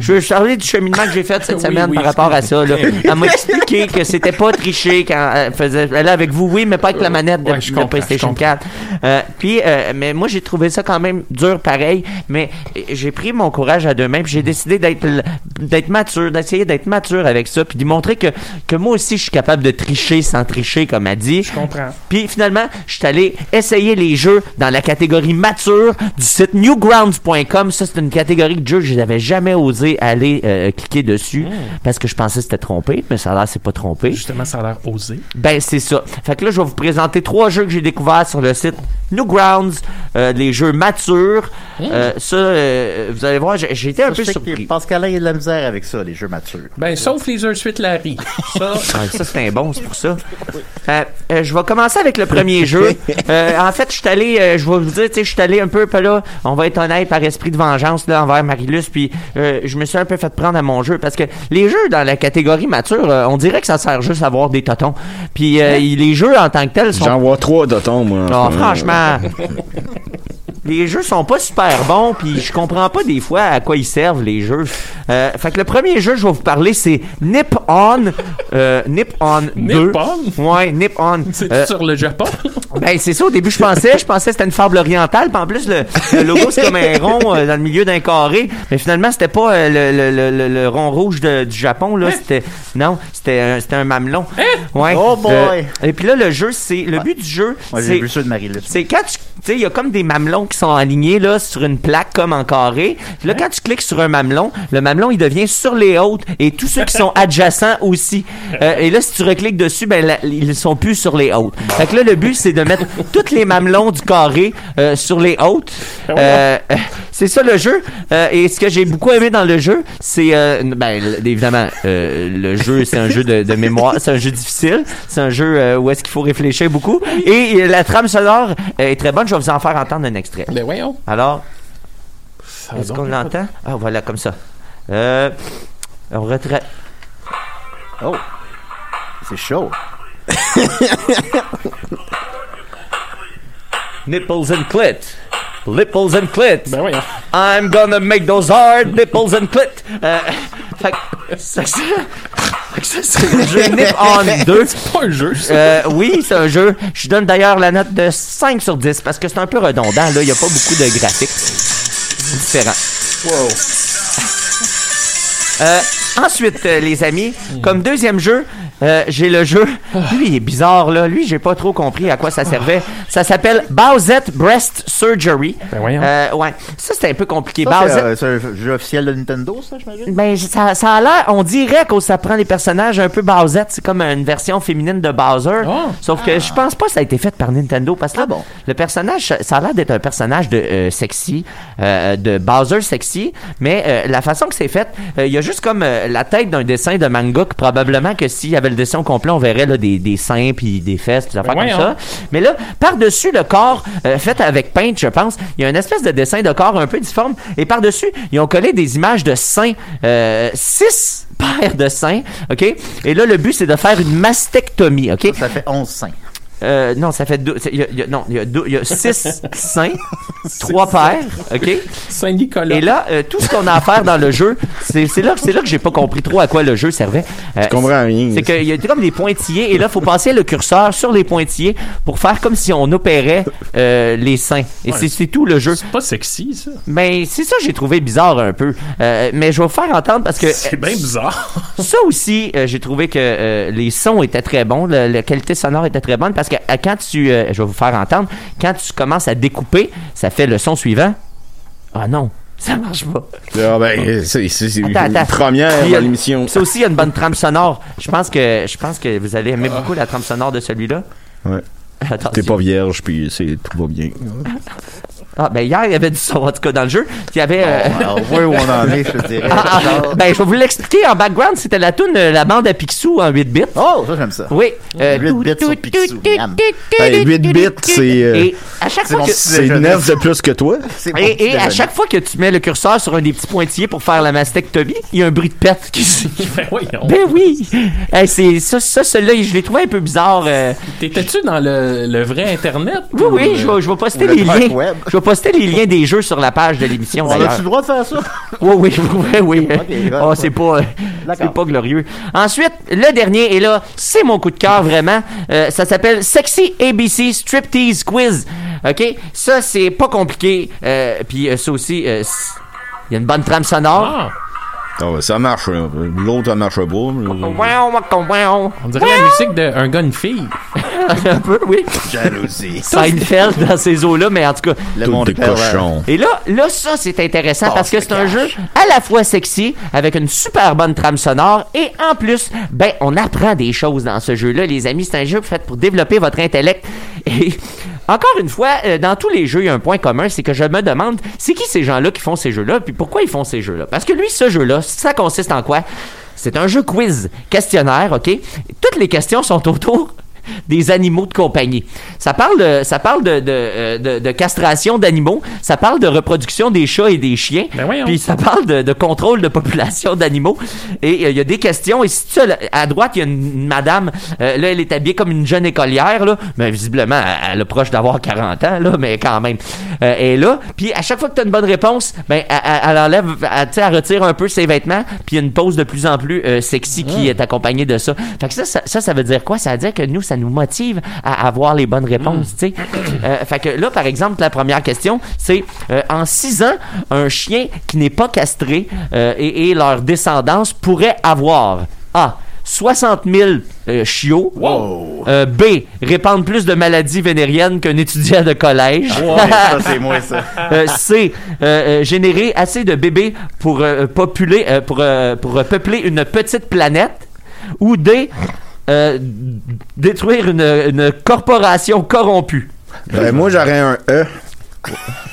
Speaker 5: je veux parler du cheminement que j'ai fait cette
Speaker 3: Oui,
Speaker 5: semaine
Speaker 3: oui.
Speaker 5: par rapport à ça. Là. Elle m'a expliqué que c'était pas tricher quand elle faisait. Elle est avec vous, oui, mais pas avec la manette de,
Speaker 3: Euh, Ouais, je
Speaker 5: de
Speaker 3: comprends,
Speaker 5: PlayStation
Speaker 3: je
Speaker 5: 4. Euh, puis, euh, mais moi, j'ai trouvé ça quand même dur pareil, mais j'ai pris mon courage à deux mains, puis j'ai décidé d'être l- d'être mature, d'essayer d'être mature avec ça, puis de montrer que, que moi aussi, je suis capable de tricher sans tricher, comme elle dit.
Speaker 3: Je comprends.
Speaker 5: Puis finalement, je suis allé essayer les jeux dans la catégorie mature du site newgrounds.com. Ça, c'est une catégorie de jeux que je n'avais jamais osé aller euh, cliquer dessus
Speaker 3: Hmm.
Speaker 5: parce que je pensais que c'était trompé, mais ça a l'air c'est pas trompé.
Speaker 3: Justement, ça a l'air osé.
Speaker 5: Ben, c'est ça. Fait que là, je vais vous présenter trois jeux que j'ai découverts sur le site Newgrounds, euh, les jeux matures. Euh, ça, euh, vous allez voir, j'ai- j'étais un
Speaker 4: Je
Speaker 5: peu
Speaker 4: sais que
Speaker 5: surpris.
Speaker 4: Pascalin, il a de la misère avec ça, les jeux matures.
Speaker 3: Ben, sauf les heures suite Larry. Ça,
Speaker 5: Ouais, ça, c'est un bon, c'est pour ça. Euh, euh, je vais commencer avec le premier jeu. Euh, en fait, je suis allé, euh, je vais vous dire, tu sais, je suis allé un peu, puis là, on va être honnête, par esprit de vengeance là, envers Marilus, puis euh, je me suis un peu fait prendre à mon jeu, parce que les jeux dans la catégorie mature, euh, on dirait que ça sert juste à avoir des totons. Puis euh, y- les jeux en tant que tels sont
Speaker 2: J'en vois trois d'autons, moi. en ce
Speaker 5: non,
Speaker 2: moment.
Speaker 5: franchement. Ah, Les jeux sont pas super bons, puis je comprends pas des fois à quoi ils servent les jeux. Euh, fait que le premier jeu que je vais vous parler, c'est Nip On, euh, Nip On 2.
Speaker 3: Nip On?
Speaker 5: Ouais, Nip On.
Speaker 3: c'est
Speaker 5: Euh,
Speaker 3: sur le Japon.
Speaker 5: ben c'est ça. Au début, je pensais, je pensais que c'était une fable orientale. Puis en plus, le, le logo c'est comme un rond euh, dans le milieu d'un carré. Mais finalement, c'était pas euh, le, le- le- le- le rond rouge de- du Japon
Speaker 3: Hein?
Speaker 5: là. C'était non, c'était un, c'était un mamelon. Ouais. euh,
Speaker 4: Oh boy!
Speaker 5: et puis là, le jeu, c'est le but du jeu,
Speaker 4: Moi, j'ai
Speaker 5: c'est
Speaker 4: vu ça de Marie-Luce.
Speaker 5: c'est quand tu tu sais, il y a comme des mamelons qui sont alignés là sur une plaque comme en carré. Puis Là, quand tu cliques sur un mamelon, le mamelon il devient sur les autres et tous ceux qui sont adjacents aussi. Euh, et là, si tu recliques dessus, ben la- ils sont plus sur les autres. Fait que là, le but c'est de mettre tous les mamelons du carré euh, sur les autres. Euh, euh, c'est ça le jeu. Euh, et ce que j'ai beaucoup aimé dans le jeu, c'est euh, ben l- évidemment euh, le jeu, c'est un jeu de, de mémoire, c'est un jeu difficile, c'est un jeu euh, où est-ce qu'il faut réfléchir beaucoup. Et euh, la trame sonore euh, est très bonne. Je vais vous en faire entendre un extrait.
Speaker 3: Ben, voyons.
Speaker 5: Alors,
Speaker 3: Ça
Speaker 5: est-ce
Speaker 3: va
Speaker 5: qu'on
Speaker 3: donc.
Speaker 5: l'entend Ah voilà, comme ça. Euh, on retraite.
Speaker 4: Oh! C'est chaud.
Speaker 5: Nipples and clit, nipples and clit.
Speaker 3: Ben, voyons.
Speaker 5: I'm gonna make those hard nipples and clit. Euh, fait que- ça, ça- Je nip on 2.
Speaker 3: C'est pas un jeu, ça.
Speaker 5: Euh, oui, c'est un jeu. Je donne d'ailleurs la note de 5 sur 10 parce que c'est un peu redondant. Là, il n'y a pas beaucoup de graphiques différents. Euh, ensuite, euh, les amis, comme deuxième jeu, euh, j'ai le jeu. Lui, il est bizarre, là. Lui, j'ai pas trop compris à quoi ça servait. Ça s'appelle Bowsette Breast Surgery.
Speaker 3: Ben voyons.
Speaker 5: Euh, ouais. Ça, c'était un peu compliqué.
Speaker 4: Ça,
Speaker 5: Bowsette-
Speaker 4: C'est euh, c'est un jeu officiel de Nintendo, ça, j'imagine?
Speaker 5: Ben, j- ça, ça a l'air, on dirait que ça prend les personnages un peu Bowsette. C'est comme une version féminine de Bowser.
Speaker 3: Ah.
Speaker 5: Sauf que je pense pas que ça a été fait par Nintendo. Parce que là, bon, le personnage, ça- ça a l'air d'être un personnage de euh, sexy, euh, de Bowser sexy. Mais euh, la façon que c'est fait, euh, il y a juste comme euh, la tête d'un dessin de manga que probablement que s'il y avait le dessin au complet, on verrait là, des, des seins puis des fesses, des affaires
Speaker 3: Ben voyons.
Speaker 5: comme ça. Mais là, par-dessus le corps, euh, fait avec Paint, je pense, il y a une espèce de dessin de corps un peu difforme. Et par-dessus, ils ont collé des images de seins. euh, six paires de seins, OK? Et là, le but, c'est de faire une mastectomie, OK?
Speaker 4: Ça fait 11 seins.
Speaker 5: Euh, non, ça fait deux. c'est- il y a- il y a- non, il y a deux- il y a six seins, trois paires, OK?
Speaker 3: Saint-Nicolas.
Speaker 5: Et là, euh, tout ce qu'on a à faire dans le jeu, c'est c'est là, c'est là que j'ai pas compris trop à quoi le jeu servait. Euh,
Speaker 2: Je comprends rien.
Speaker 5: c'est qu'il y a comme des pointillés et là, il faut passer le curseur sur les pointillés pour faire comme si on opérait euh, les seins. Et c'est- c'est tout le jeu.
Speaker 3: C'est pas sexy, ça.
Speaker 5: Mais c'est ça que j'ai trouvé bizarre un peu. Euh, mais je vais vous faire entendre parce que
Speaker 3: C'est bien bizarre.
Speaker 5: ça aussi, euh, j'ai trouvé que euh, les sons étaient très bons, le- la qualité sonore était très bonne parce que euh, quand tu, euh, je vais vous faire entendre, quand tu commences à découper, ça fait le son suivant. Ah non, ça marche pas.
Speaker 2: Ah ben, c'est c'est- c'est une
Speaker 5: Attends, attends.
Speaker 2: première
Speaker 5: Puis, euh,
Speaker 2: dans l'émission.
Speaker 5: Ça aussi, il y a une bonne trame sonore. Je pense que, je pense que vous allez aimer
Speaker 4: Ah.
Speaker 5: beaucoup la trame sonore de celui-là.
Speaker 2: Ouais.
Speaker 5: Attention.
Speaker 2: T'es pas vierge, puis c'est tout va bien.
Speaker 5: Ah, ben hier, il y avait du son, en tout cas, dans le jeu. Il y avait... euh,
Speaker 4: Alors, on voit où on en est, je te dirais.
Speaker 5: ah, ah, ben, je vais vous l'expliquer en background. C'était la toune, euh, la bande à Picsou en 8 bits.
Speaker 4: Oh, ça, j'aime ça.
Speaker 5: Oui. euh,
Speaker 4: 8 bits sur
Speaker 5: tout,
Speaker 4: Picsou,
Speaker 5: tout,
Speaker 4: miam.
Speaker 5: tout, tout,
Speaker 2: Hey, 8
Speaker 5: tout,
Speaker 2: Ben, bits,
Speaker 5: tout,
Speaker 2: c'est, euh,
Speaker 5: Et à chaque
Speaker 4: c'est
Speaker 5: fois
Speaker 4: mon
Speaker 5: que...
Speaker 4: petit
Speaker 2: C'est
Speaker 4: déjeuner.
Speaker 2: 9 de plus que toi?
Speaker 4: C'est mon petit
Speaker 5: Et, et à
Speaker 4: déjeuner.
Speaker 5: chaque fois que tu mets le curseur sur un des petits pointillés pour faire la mastectomie, il y a un bruit de pète qui se...
Speaker 3: Ben voyons.
Speaker 5: Ben oui! Hey, c'est ça, ça, celui-là, je l'ai trouvé un peu bizarre. euh,
Speaker 3: T'étais-tu dans le, le vrai Internet?
Speaker 5: Oui, oui,
Speaker 3: Ou,
Speaker 5: je
Speaker 3: euh,
Speaker 5: vais, je vais poster
Speaker 4: ou le
Speaker 5: les
Speaker 4: dark
Speaker 5: liens.
Speaker 4: web.
Speaker 5: Je vais poster les liens des jeux sur la page de l'émission
Speaker 4: On a-tu
Speaker 5: d'ailleurs.
Speaker 4: le droit de faire ça?
Speaker 5: Oui, oui, oui, oui.
Speaker 4: Ok, d'accord.
Speaker 5: Oh, c'est pas, euh,
Speaker 4: D'accord.
Speaker 5: c'est pas glorieux. Ensuite, le dernier, et là, c'est mon coup de cœur vraiment. Euh, ça s'appelle Sexy ABC Striptease Quiz. OK? Ça, c'est pas compliqué. Euh, Puis euh, ça aussi, euh, c'est- il y a une bonne trame sonore.
Speaker 3: Ah,
Speaker 2: Ah ouais, ça marche. hein. L'autre, ça marche pas.
Speaker 5: Oh,
Speaker 2: là.
Speaker 5: Wow, wow, wow.
Speaker 3: Ah. on dirait la musique d'un gars, une fille. Ah,
Speaker 5: Un peu, oui.
Speaker 4: Jalousie.
Speaker 5: Seinfeld dans ces eaux-là, mais en tout cas,
Speaker 4: Le
Speaker 2: Tout
Speaker 4: monde
Speaker 2: des
Speaker 4: perd, euh,
Speaker 2: cochons.
Speaker 5: Et là, là, ça, c'est intéressant parce que c'est un jeu à la fois sexy, avec une super bonne trame sonore, et en plus, ben, on apprend des choses dans ce jeu-là, les amis. C'est un jeu fait pour développer votre intellect. Et encore une fois, euh, dans tous les jeux, il y a un point commun, c'est que je me demande, c'est qui ces gens-là qui font ces jeux-là, puis pourquoi ils font ces jeux-là? Parce que lui, ce jeu-là, ça consiste en quoi? C'est un jeu quiz, questionnaire, OK? Toutes les questions sont autour des animaux de compagnie. Ça parle de, ça parle de, de, euh, de- de castration d'animaux, ça parle de reproduction des chats et des chiens,
Speaker 3: Ben voyons.
Speaker 5: puis ça parle de, de contrôle de population d'animaux. Et euh, il y a des questions, et si tu as le- à droite, il y a une, une madame, euh, là, elle est habillée comme une jeune écolière, là, mais visiblement, elle, elle est proche d'avoir 40 ans, là, mais quand même. Euh, elle est là, puis à chaque fois que tu as une bonne réponse, ben, elle, elle- elle enlève, elle, tu sais, elle retire un peu ses vêtements, puis il y a une pose de plus en plus euh, sexy
Speaker 3: Ah.
Speaker 5: qui est accompagnée de ça. Fait que ça, ça, ça, ça veut dire quoi? Ça veut dire que nous, ça nous motive à avoir les bonnes
Speaker 4: Mm.
Speaker 5: réponses, tu sais. Euh, fait que là, par exemple, la première question, c'est euh, en 6 ans, un chien qui n'est pas castré euh, et, et leur descendance pourrait avoir A. 60 000 euh, chiots. Euh, B. Répandre plus de maladies vénériennes qu'un étudiant de collège.
Speaker 4: Ouais, ça, c'est moi, ça.
Speaker 5: Euh, c'est euh, euh, générer assez de bébés pour euh, populer euh, pour, euh, pour euh, peupler une petite planète ou D euh, détruire une, une corporation corrompue.
Speaker 2: Ben, moi, j'aurais un E.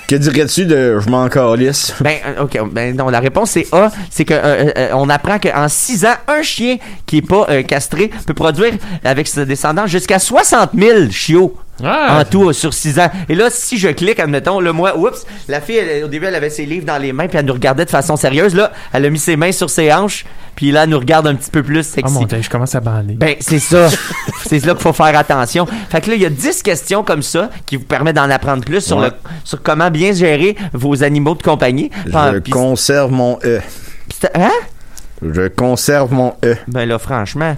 Speaker 2: Que dirais-tu de je m'en calisse?
Speaker 5: Ben euh, OK, ben non, la réponse c'est A, c'est que euh, euh, euh, on apprend qu'en 6 ans, un chien qui est pas euh, castré peut produire avec ses descendants jusqu'à 60 000 chiots.
Speaker 3: Ah.
Speaker 5: En tout, euh, sur 6 ans. Et là, si je clique, admettons, le moi, oups, la fille, elle, au début, elle avait ses livres dans les mains, puis elle nous regardait de façon sérieuse. Là, elle a mis ses mains sur ses hanches, puis là, elle nous regarde un petit peu plus sexy.
Speaker 3: Oh mon dieu, je commence à bander.
Speaker 5: Ben, c'est ça. c'est là qu'il faut faire attention. Fait que là, il y a 10 questions comme ça qui vous permettent d'en apprendre plus sur,
Speaker 2: Ouais.
Speaker 5: le, sur comment bien gérer vos animaux de compagnie. Puis-
Speaker 2: Je
Speaker 5: Ah, puis-
Speaker 2: conserve mon E.
Speaker 5: puis- hein?
Speaker 2: Je conserve mon E.
Speaker 5: Ben là, franchement.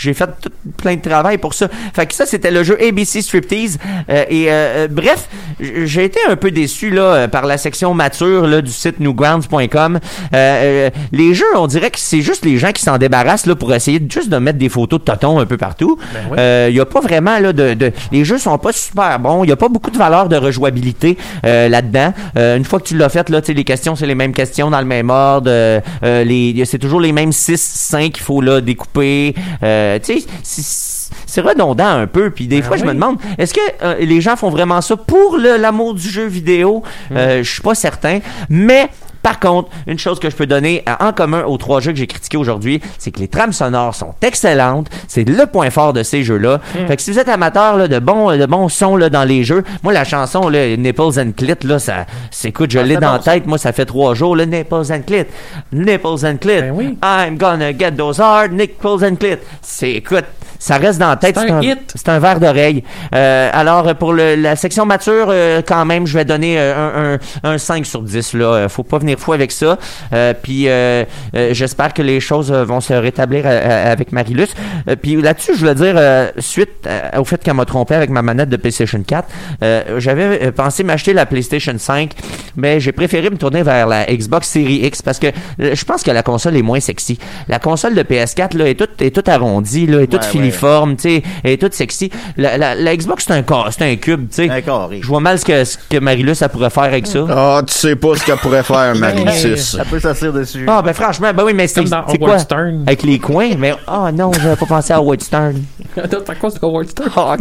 Speaker 5: J'ai fait tout- plein de travail pour ça. Fait que ça, c'était le jeu ABC Striptease. Euh, et euh, euh, bref, j- j'ai été un peu déçu là euh, par la section mature là, du site newgrounds.com. Euh, euh, les jeux, on dirait que c'est juste les gens qui s'en débarrassent là pour essayer de- juste de mettre des photos de totons un peu partout. Il
Speaker 3: oui.
Speaker 5: y a pas vraiment là de, de- les jeux sont pas super bons. Il y a pas beaucoup de valeur de rejouabilité euh, là-dedans. Euh, une fois que tu l'as fait là, tu sais, les questions c'est les mêmes questions dans le même ordre. Euh, euh, les c'est toujours les mêmes 6 5 qu'il faut là découper. Euh, tu sais, c'est- c'est redondant un peu. Puis des fois, je me
Speaker 3: oui.
Speaker 5: demande, est-ce que euh, les gens font vraiment ça pour le- l'amour du jeu vidéo Euh, Je suis pas certain, mais par contre, une chose que je peux donner euh, en commun aux trois jeux que j'ai critiqués aujourd'hui, c'est que les trames sonores sont excellentes. C'est le point fort de ces jeux-là.
Speaker 3: Mm.
Speaker 5: Fait que si vous êtes amateur là, de bons de bons sons là, dans les jeux, moi la chanson là, Nipples and Clit là, ça s'écoute, je l'ai
Speaker 4: c'est
Speaker 5: dans
Speaker 4: bon,
Speaker 5: la tête. Moi, ça fait trois jours. Là, Nipples and Clit, Nipples and Clit.
Speaker 3: Ben oui.
Speaker 5: I'm gonna get those hard Nipples and Clit. C'est écoute, ça reste dans la tête.
Speaker 3: C'est un hit.
Speaker 5: C'est un verre d'oreille. Euh, alors, euh, pour le- la section mature, euh, quand même, je vais donner euh, un, un- un 5 sur 10. Là. Euh, Faut pas venir fou avec ça. Euh, puis, euh, euh, j'espère que les choses euh, vont se rétablir euh, euh, avec Marilus. Euh, puis là-dessus, je voulais dire, euh, suite euh, au fait qu'elle m'a trompé avec ma manette de PlayStation 4, euh, j'avais euh, pensé m'acheter la PlayStation 5, mais j'ai préféré me tourner vers la Xbox Series X parce que euh, je pense que la console est moins sexy. La console de PS4 là, est toute, est toute arrondie, là, est toute
Speaker 4: Ouais,
Speaker 5: filiforme
Speaker 4: ouais.
Speaker 5: forme, tu sais, elle est toute sexy. La, la, la Xbox, c'est un corps, c'est un cube, tu sais.
Speaker 4: Un carré.
Speaker 5: Je vois mal ce que, ce que Marilus, elle pourrait faire avec ça.
Speaker 2: Ah, tu sais pas ce qu'elle pourrait faire, Marie-Lucie.
Speaker 4: Ça peut s'asseoir dessus.
Speaker 5: Ah, ben franchement, ben oui, mais c'est
Speaker 3: Comme dans
Speaker 5: c'est
Speaker 3: Howard
Speaker 5: quoi?
Speaker 3: Stern.
Speaker 5: Avec les coins, mais... Oh non, j'avais pas pensé à Howard Stern.
Speaker 3: Attends, à cause de Howard Stern.
Speaker 5: Oh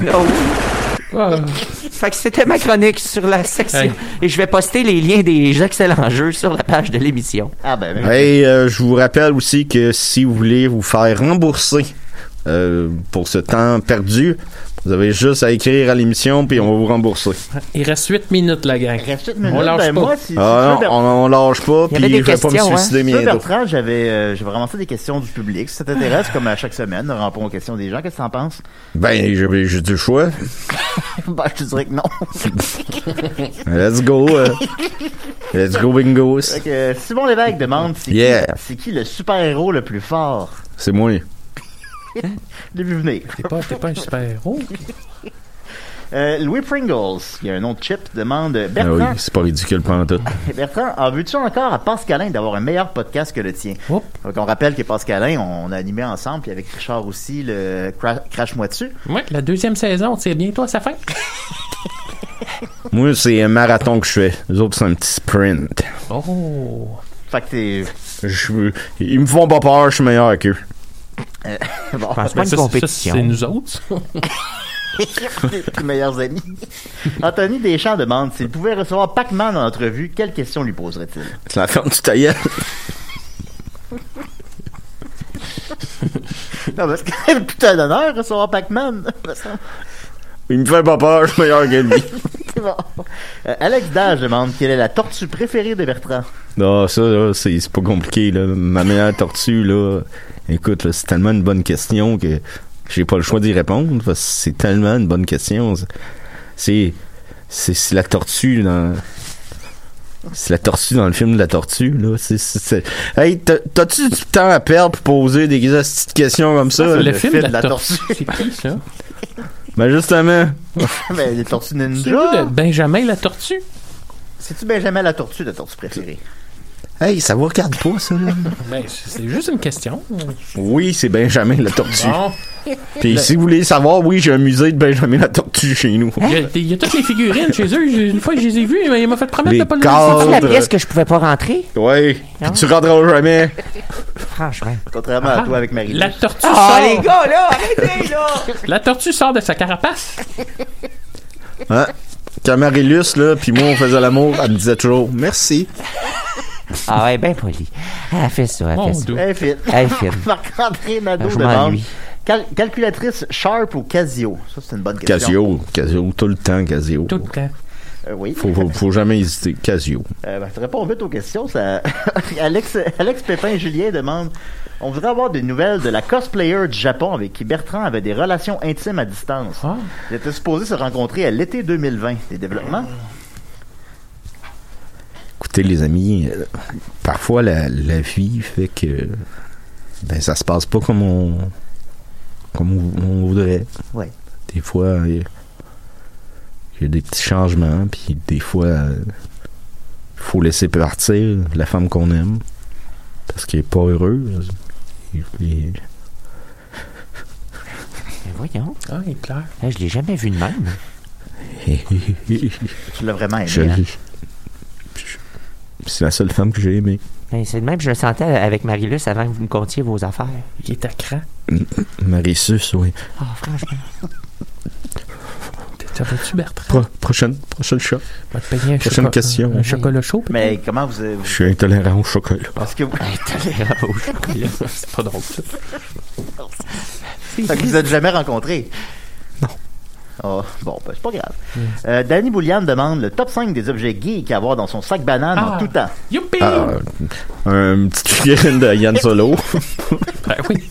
Speaker 5: non.
Speaker 3: Ah.
Speaker 5: Fait que c'était ma chronique sur la section.
Speaker 3: Hey.
Speaker 5: Et je vais poster les liens des excellents jeux sur la page de l'émission.
Speaker 4: Ah ben, ben,
Speaker 2: Hey, euh, je vous rappelle aussi que si vous voulez vous faire rembourser euh, pour ce temps perdu, vous avez juste à écrire à l'émission puis on va vous rembourser.
Speaker 3: Il reste 8 minutes, la gang.
Speaker 4: reste une
Speaker 3: On
Speaker 4: minute.
Speaker 3: lâche
Speaker 4: ben,
Speaker 3: pas.
Speaker 4: moi, si, si
Speaker 2: Ah
Speaker 4: tu veux,
Speaker 2: non, on, on lâche pas
Speaker 5: Il y avait
Speaker 2: puis
Speaker 5: des
Speaker 2: je vais pas me
Speaker 5: questions, hein.
Speaker 2: suicider
Speaker 4: Toi,
Speaker 2: bientôt.
Speaker 4: Bertrand, j'avais euh, j'avais ramassé des questions du public. Si ça t'intéresse, comme à chaque semaine, nous répondons aux questions des gens. Qu'est-ce que t'en penses?
Speaker 2: Ben, j'ai j'ai du choix.
Speaker 4: ben, je te dirais que non.
Speaker 2: Let's go. euh. Let's go bingo.
Speaker 4: Fait que, euh, Simon Lévesque demande c'est
Speaker 2: Yeah.
Speaker 4: qui, c'est qui le super-héros le plus fort?
Speaker 2: C'est moi.
Speaker 4: J'ai vu venir.
Speaker 3: T'es pas, t'es pas un super-héros.
Speaker 4: Euh, Louis Pringles, il y a un autre chip, demande
Speaker 2: Ah oui,
Speaker 4: Bertrand,
Speaker 2: c'est pas ridicule pendant tout.
Speaker 4: Bertrand, en veux-tu encore à Pascalin d'avoir un meilleur podcast que le tien?
Speaker 3: Oups.
Speaker 4: Donc, on rappelle que Pascalin, on a animé ensemble, puis avec Richard aussi, le Cra- Crache-moi dessus.
Speaker 3: Ouais, la deuxième saison, c'est bientôt à sa fin.
Speaker 2: Moi, c'est un marathon que je fais. Les autres, c'est un petit sprint.
Speaker 3: Oh.
Speaker 4: Fait que t'es.
Speaker 2: Je- ils me font pas peur, je suis meilleur qu'eux.
Speaker 4: Bon,
Speaker 5: Je pense
Speaker 3: Ah, ben Ça,
Speaker 5: pas une
Speaker 3: c'est- ça,
Speaker 5: compétition.
Speaker 3: c'est nous autres.
Speaker 4: tes tes meilleurs amis. Anthony Deschamps demande s'il pouvait recevoir Pac-Man en entrevue, quelle question lui poserait-il?
Speaker 2: C'est la ferme du tailleur.
Speaker 4: Non, parce que c'est un putain d'honneur recevoir Pac-Man.
Speaker 2: Il me fait pas peur, je suis meilleur que lui.
Speaker 4: C'est bon. Euh, Alex Dage demande quelle est la tortue préférée de Bertrand.
Speaker 2: Non, ça, là, c'est c'est pas compliqué, là. Ma meilleure tortue, là. Écoute, là, c'est tellement une bonne question que j'ai pas le choix d'y répondre. parce que C'est tellement une bonne question. C'est- C'est. C'est c'est la tortue dans. C'est la tortue dans le film de la tortue, là. C'est- c'est- c'est- Hey, t'as- t'as-tu du temps à perdre pour poser des petites questions comme ça?
Speaker 3: le,
Speaker 2: là?
Speaker 3: film de la tortue. C'est qui, ça?
Speaker 2: Ben, justement.
Speaker 4: Mais Ben, les tortues
Speaker 3: Celui de
Speaker 4: ninja.
Speaker 3: Benjamin la tortue.
Speaker 4: C'est-tu Benjamin la tortue, la tortue préférée?
Speaker 2: Hey, ça vous regarde pas, ça, là?
Speaker 3: Ben, c'est c'est juste une question.
Speaker 2: Oui, c'est Benjamin la tortue.
Speaker 3: Bon.
Speaker 2: Puis si vous voulez savoir, oui, j'ai un musée de Benjamin la tortue chez nous.
Speaker 3: Il y, a, il y a toutes les figurines chez eux. J'ai- Une fois que je les ai vues, il m'a fait promettre
Speaker 2: Les
Speaker 3: de pas les
Speaker 2: cadres.
Speaker 5: C'est
Speaker 3: laisser.
Speaker 5: la
Speaker 2: Audre.
Speaker 5: pièce que je pouvais pas rentrer,
Speaker 2: Ouais,
Speaker 5: Non.
Speaker 2: puis tu rentreras jamais.
Speaker 5: franchement.
Speaker 4: Contrairement à toi avec Marie.
Speaker 3: Ah. La tortue sort.
Speaker 5: Ah, les gars, là, arrêtez, là!
Speaker 3: La tortue sort de sa carapace.
Speaker 2: Hein? Quand Marilus, là, puis moi, on faisait l'amour, elle me disait toujours merci.
Speaker 5: Ah ouais, ben poli. Elle fait ça, elle
Speaker 3: Mon
Speaker 5: fait ça.
Speaker 3: Dieu.
Speaker 4: Hey, Phil.
Speaker 5: Hey, Phil.
Speaker 4: Marc-André Nadeau
Speaker 5: Je
Speaker 4: demande
Speaker 5: m'ennuie.
Speaker 4: cal- calculatrice Sharp ou Casio? Ça, c'est une bonne question.
Speaker 2: Casio, Casio, tout le temps Casio.
Speaker 3: Tout le temps.
Speaker 4: Euh, oui.
Speaker 2: Faut, faut, faut jamais hésiter, Casio.
Speaker 4: Euh, ben, je réponds vite aux questions. Ça... Alex, Alex Pépin Julien demande On voudrait avoir des nouvelles de la cosplayer du Japon avec qui Bertrand avait des relations intimes à distance.
Speaker 3: Ah.
Speaker 4: Ils étaient supposés se rencontrer à l'été 2020. Des développements
Speaker 3: Ah.
Speaker 2: Écoutez, les amis, euh, parfois la, la vie fait que Ben, ça se passe pas comme on, comme on, on voudrait.
Speaker 4: Ouais.
Speaker 2: Des fois, il y, a- il y a des petits changements, puis des fois, euh, faut laisser partir la femme qu'on aime parce qu'elle est pas heureuse. Et- et-
Speaker 5: Mais Ben voyons,
Speaker 3: Ah, il est clair.
Speaker 5: là, je l'ai jamais vu de même.
Speaker 4: Tu l'as vraiment aimé.
Speaker 2: Je-
Speaker 4: hein?
Speaker 2: je- C'est la seule femme que j'ai aimée.
Speaker 5: Ben, c'est de même que je le sentais avec Marilus avant que vous me contiez vos affaires.
Speaker 3: Il est à cran.
Speaker 2: Marie-Sus, oui.
Speaker 5: Ah, franchement.
Speaker 3: T'as tu Bertrand?
Speaker 2: Pro- prochaine, prochaine shot.
Speaker 3: Va te payer un
Speaker 2: Prochaine
Speaker 3: chocolat-
Speaker 2: question.
Speaker 3: Un chocolat chaud?
Speaker 4: Mais comment vous. euh,
Speaker 2: Je suis intolérant au chocolat.
Speaker 4: Parce que vous,
Speaker 5: Intolérant au chocolat.
Speaker 3: C'est pas drôle, ça.
Speaker 4: fait que vous êtes jamais rencontrés. Non. bon, ben, c'est pas grave.
Speaker 3: Mm.
Speaker 4: Euh, Danny Boulian demande le top 5 des objets geeks à avoir dans son sac banane
Speaker 3: Ah.
Speaker 4: en tout temps.
Speaker 3: Youpi!
Speaker 2: Ah, une petite figurine de Yann Solo.
Speaker 3: Ben oui,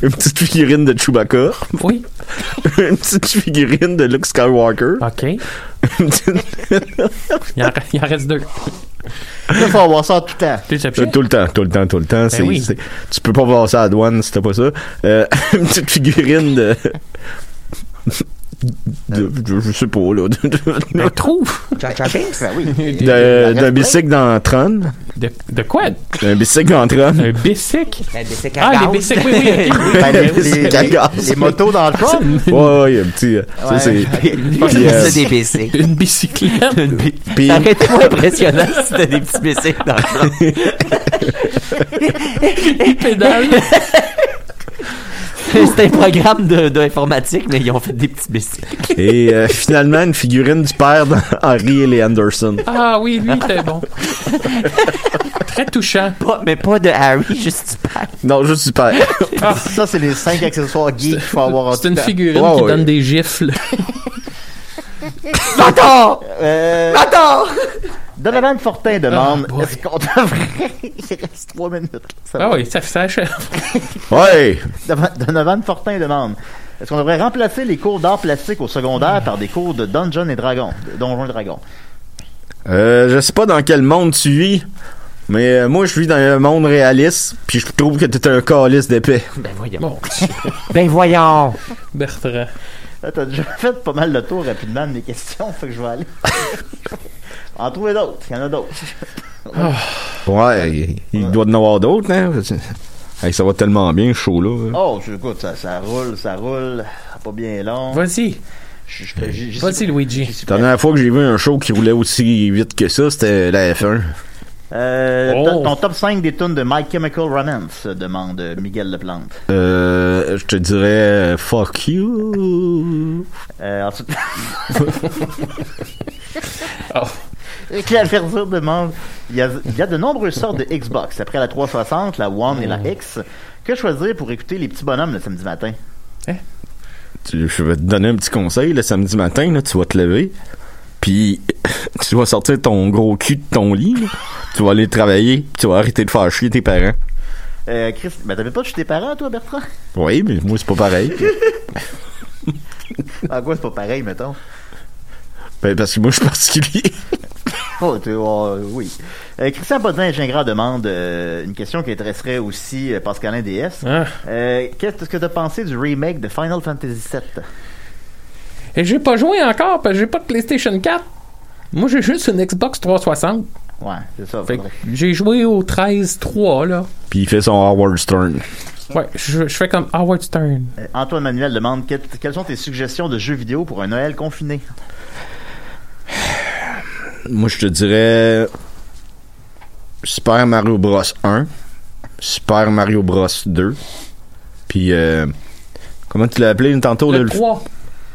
Speaker 2: une petite figurine de Chewbacca.
Speaker 3: oui.
Speaker 2: une petite figurine de Luke Skywalker.
Speaker 3: OK. Il
Speaker 2: Une petite-
Speaker 3: en, re- il en reste deux.
Speaker 4: Il faut avoir ça en tout temps.
Speaker 3: Deux objets.
Speaker 2: Euh, tout le temps, tout le temps, tout le temps. c'est-
Speaker 3: oui.
Speaker 2: c'est- Tu peux pas passer à la douane si t'as pas ça. Euh, une petite figurine de... de- je, je sais pas, là. de- de-
Speaker 3: Un trou.
Speaker 4: Ben oui.
Speaker 2: de- D'un bicycle dans Tron.
Speaker 3: De, de quoi?
Speaker 2: Un bicycle dans Tron.
Speaker 3: Un bicycle?
Speaker 5: Ben, des séquences.
Speaker 3: Mm. Ah, les bicycles, oui, oui, ok.
Speaker 4: Ben, les,
Speaker 2: C'est
Speaker 4: les-
Speaker 2: la gaz.
Speaker 4: les- les motos dans le fond.
Speaker 2: Ouais, ouais, il y a un petit. euh, Ça,
Speaker 4: Ouais.
Speaker 2: c'est.
Speaker 5: C'est
Speaker 2: Puis, euh,
Speaker 5: des BC.
Speaker 3: Une bicyclette?
Speaker 2: puis-
Speaker 5: Ça aurait été moins impressionnant si t'as des petits bicycles dans le
Speaker 3: pédale.
Speaker 5: C'était un programme d'informatique, de, d'informatique, mais ils ont fait des petits bicycles.
Speaker 2: Et euh, finalement, une figurine du père d'Henry et les Anderson.
Speaker 3: Ah oui, lui, était bon. Très touchant.
Speaker 5: Pas- mais pas de Harry, juste du père.
Speaker 2: Non, juste du père.
Speaker 4: Ça, c'est les 5 accessoires geeks qu'il faut avoir en tout
Speaker 3: C'est une
Speaker 4: temps.
Speaker 3: figurine
Speaker 2: Ouais,
Speaker 3: qui
Speaker 2: ouais.
Speaker 3: donne des gifles.
Speaker 5: Attends!
Speaker 4: Euh,
Speaker 5: Attends!
Speaker 4: Donovan Fortin demande
Speaker 3: Ah, boy.
Speaker 4: est-ce qu'on devrait. Il reste 3 minutes. Ça va.
Speaker 3: Ah oui, ça, ça achève.
Speaker 2: Ouais!
Speaker 4: Donovan- Donovan Fortin demande est-ce qu'on devrait remplacer les cours d'art plastique au secondaire par des cours de Dungeon et Dragon de Donjons et Dragons
Speaker 2: Euh, je sais pas dans quel monde tu vis, mais euh, moi, je vis dans un monde réaliste, puis je trouve que t'es un calice d'épais.
Speaker 5: Ben voyons.
Speaker 3: Bon, Dieu,
Speaker 5: Ben voyons!
Speaker 3: Bertrand.
Speaker 4: Là, t'as déjà fait pas mal le tour rapidement de mes questions, fait que je vais aller. en trouver d'autres, il y en a d'autres.
Speaker 2: Ouais, il- il doit en avoir d'autres, hein? Hey, ça va tellement bien, hein. chaud là.
Speaker 4: Oh, je- écoute, ça, ça roule, ça roule, pas bien long.
Speaker 3: Vas-y,
Speaker 4: Je- je- je- je-
Speaker 3: vas-y, Luigi.
Speaker 2: La dernière fois que j'ai vu un show qui roulait aussi vite que ça, c'était la F1.
Speaker 4: Euh,
Speaker 3: Oh.
Speaker 4: ton- Ton top 5 des tunes de My Chemical Romance, euh, demande Miguel Leplante.
Speaker 2: Euh, je te dirais, euh, fuck you.
Speaker 4: Euh, ensuite,
Speaker 3: Oh.
Speaker 4: Euh, Claire Verdure demande il y, a, il y a de nombreuses sortes de Xbox, après la 360, la One et la
Speaker 3: Mm.
Speaker 4: X. Que choisir pour écouter les petits bonhommes le samedi matin
Speaker 2: Tu- je vais te donner un petit conseil le samedi matin là, tu vas te lever puis tu vas sortir ton gros cul de ton lit là. tu vas aller travailler puis tu vas arrêter de faire chier tes parents
Speaker 4: euh, Chris, ben t'avais pas de chez tes parents, toi, Bertrand
Speaker 2: oui mais moi c'est pas pareil
Speaker 4: En quoi c'est pas pareil, mettons
Speaker 2: Ben, parce que moi je suis particulier
Speaker 4: Oh, t'es- oh, oui. Euh, Christian Bodin Gingras demande euh, une question qui intéresserait aussi euh, Pascalin DS.
Speaker 3: Ah.
Speaker 4: Euh, Qu'est-ce que t'as pensé du remake de Final Fantasy VII
Speaker 3: Et j'ai pas joué encore parce que j'ai pas de PlayStation 4. Moi, j'ai juste une Xbox 360.
Speaker 4: Ouais, c'est ça.
Speaker 2: Ah
Speaker 3: Fait que
Speaker 4: faudrait-
Speaker 3: j'ai joué au 13-3, là.
Speaker 2: puis il fait son Howard Stern
Speaker 3: Ouais, je, je fais comme Howard Stern.
Speaker 4: Euh, Antoine Manuel demande que- quelles sont tes suggestions de jeux vidéo pour un Noël confiné
Speaker 2: moi je te dirais Super Mario Bros 1 Super Mario Bros 2 puis euh, comment tu l'as appelé tantôt là,
Speaker 3: Le 3.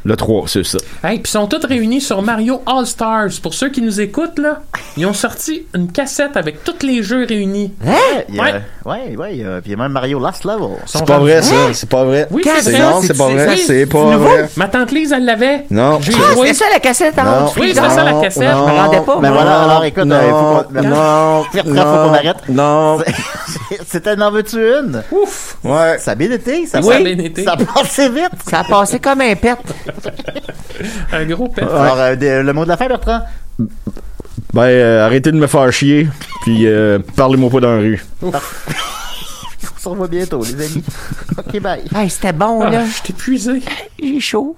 Speaker 2: le 3 c'est ça
Speaker 3: Hey, puis ils sont tous réunis sur Mario All Stars. Pour ceux qui nous écoutent, là, ils ont sorti une cassette avec tous les jeux réunis.
Speaker 5: Hein?
Speaker 4: Il y a-
Speaker 3: Ouais.
Speaker 4: ouais, ouais, il y a- puis il y a même Mario Last Level.
Speaker 3: Ils sont
Speaker 2: c'est pas
Speaker 3: rendus-
Speaker 2: vrai ça c'est pas vrai
Speaker 3: Oui,
Speaker 5: Qu'est-ce
Speaker 3: c'est
Speaker 5: que
Speaker 2: c'est
Speaker 3: vrai.
Speaker 2: non c'est pas vrai
Speaker 3: oui,
Speaker 2: c'est pas
Speaker 5: nouveau.
Speaker 2: vrai
Speaker 3: Ma tante Lise, elle l'avait.
Speaker 2: Non.
Speaker 3: J'ai
Speaker 5: Ah,
Speaker 3: joué.
Speaker 5: c'est ça la cassette à
Speaker 2: Non.
Speaker 5: rendre
Speaker 3: Oui, c'est ça la cassette. Je
Speaker 2: Non,
Speaker 5: m'attendais pas,
Speaker 2: Mais
Speaker 5: moi.
Speaker 2: Ben voilà, alors
Speaker 4: écoute,
Speaker 2: non,
Speaker 4: euh, faut qu'on-
Speaker 2: non,
Speaker 4: Bertrand,
Speaker 2: non,
Speaker 4: faut qu'on arrête.
Speaker 2: Non.
Speaker 4: C'était en veux-tu une
Speaker 3: Ouf!
Speaker 2: Ouais.
Speaker 4: Ça a bien été, ça,
Speaker 3: Oui, ça a bien été.
Speaker 4: ça a passé vite.
Speaker 5: Ça a passé comme un pet.
Speaker 3: Un gros pet.
Speaker 2: Ah.
Speaker 4: Alors, euh, des- le mot de la fin, Bertrand
Speaker 2: Ben, euh, arrêtez de me faire chier, puis euh, parlez-moi pas dans la rue.
Speaker 8: se revoit bientôt, les amis. OK, bye.
Speaker 4: Hey, c'était bon, là.
Speaker 3: Ah.
Speaker 5: Je suis épuisé.
Speaker 4: J'ai chaud.